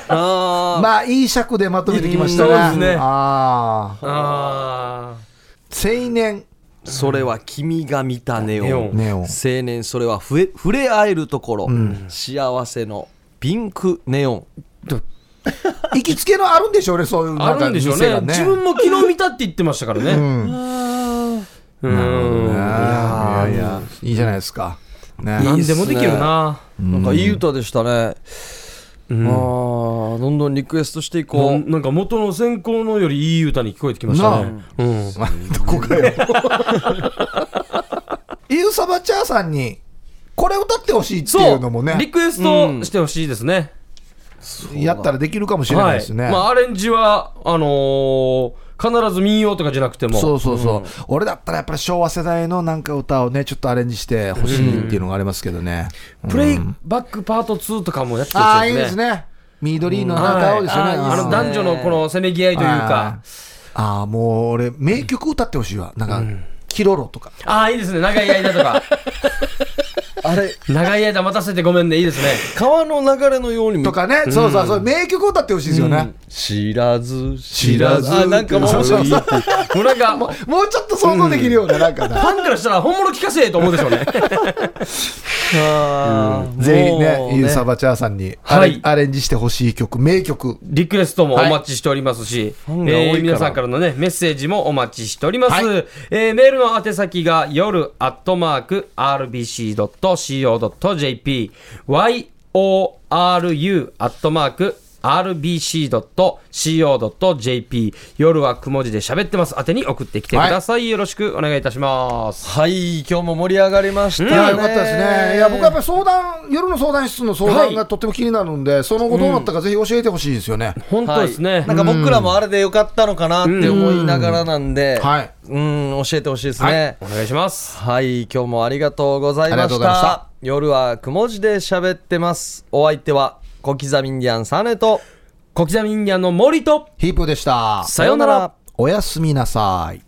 S1: あー
S3: まあいい尺でまとめてきましたね
S2: うんそうですね
S3: ああ
S2: あ
S3: 青年
S1: それは君が見たネ
S2: ネオ
S1: オン
S2: ン
S3: ネオン
S1: 青年それはふえ触れ合えるところ、幸せのピンクネオン
S3: 行きつけのあるんでしょうねそういう
S2: あ、
S3: な
S2: あ
S3: んか
S2: るんでしょう
S3: 店
S2: ね
S3: が。
S2: 自分も昨日見たって言ってましたから
S3: う
S2: ね。
S3: ん
S2: うーん。
S3: あーいやいやいいじゃないですかね
S2: 何でもできるな。
S1: なんかいい歌でしたね、あーどんどんリクエストしていこう、
S2: ななんか元の先行のよりいい歌に聞こえてきましたね。うん。
S3: どこかよ。イウサバチャーさんに、これ歌ってほしいってい
S2: そう
S3: のも
S2: う。リ
S3: ね、
S2: クエストしてほしいですね。
S3: やったらできるかもしれないですね。
S2: はいまあアレンジはあのー必ず民謡とかじゃなくても。
S3: そうそうそう、俺だったらやっぱり昭和世代のなんか歌をね、ちょっとアレンジしてほしいっていうのがありますけどね。
S2: プレイバックパート2とかもやってほし
S3: ああ、い
S2: い
S3: い
S2: で
S3: ですす
S2: ね。
S3: ね。緑の
S2: は
S3: 中を
S2: い
S3: ですよね。
S2: あーあの男女のこのせめぎ合いというか。
S3: ああ、もう俺、名曲歌ってほしいわ。なんか、キロロとか。
S2: ああ、いいですね。長い間とか。
S3: あれ
S2: 長い間待たせてごめんね。いいですね。
S1: 川の流れのように
S3: とかね、そうそうそう、名曲歌ってほしいですよね。
S1: 知らず
S3: 知らず
S1: あなんかもう
S3: そうそうそう
S2: もうなんか、フ
S3: もうもうちょっと想像できるような、なん かな。
S2: ァンからしたら本物聞かせえと思うでしょうね。
S3: ぜひ
S1: もう
S3: ね、
S1: ね
S3: ゆうさばちゃーさんにア
S2: は
S3: レ,、
S2: い
S3: アレンジしてほしい曲、名曲。
S2: リクエストもお待ちしておりますし、
S1: ンが多い
S2: え
S1: から
S2: ー皆さんからのね、メッセージもお待ちしております。えーメールの宛先が夜アットマーク RBC.CO.JP、yoru アットマーク rbc.co.jp 夜はくも字で喋ってます宛てに送ってきてください、よろしくお願いいたします
S1: はい、今日も盛り上がりましたね。
S3: いや、よかったですね。いや、僕はやっぱり相談、夜の相談室の相談がとっても気になるんで、その後どうなったかぜひ教えてほしいですよね。
S2: 本当です
S1: は
S2: ね、
S1: いなんか僕らもあれでよかったのかなって思いながらなんで、
S3: はい。
S1: うん、教えてほしいですね。
S2: お願いします
S1: はい、今日もありがとうござい
S3: あり
S1: ま
S3: がと
S1: し
S3: うございました
S1: た。夜はくも字で喋ってます。お相手は小刻みインディアンサネと
S2: 小刻みインディアンの森と
S3: ヒープーでした。
S2: さようなら
S3: おやすみなさい。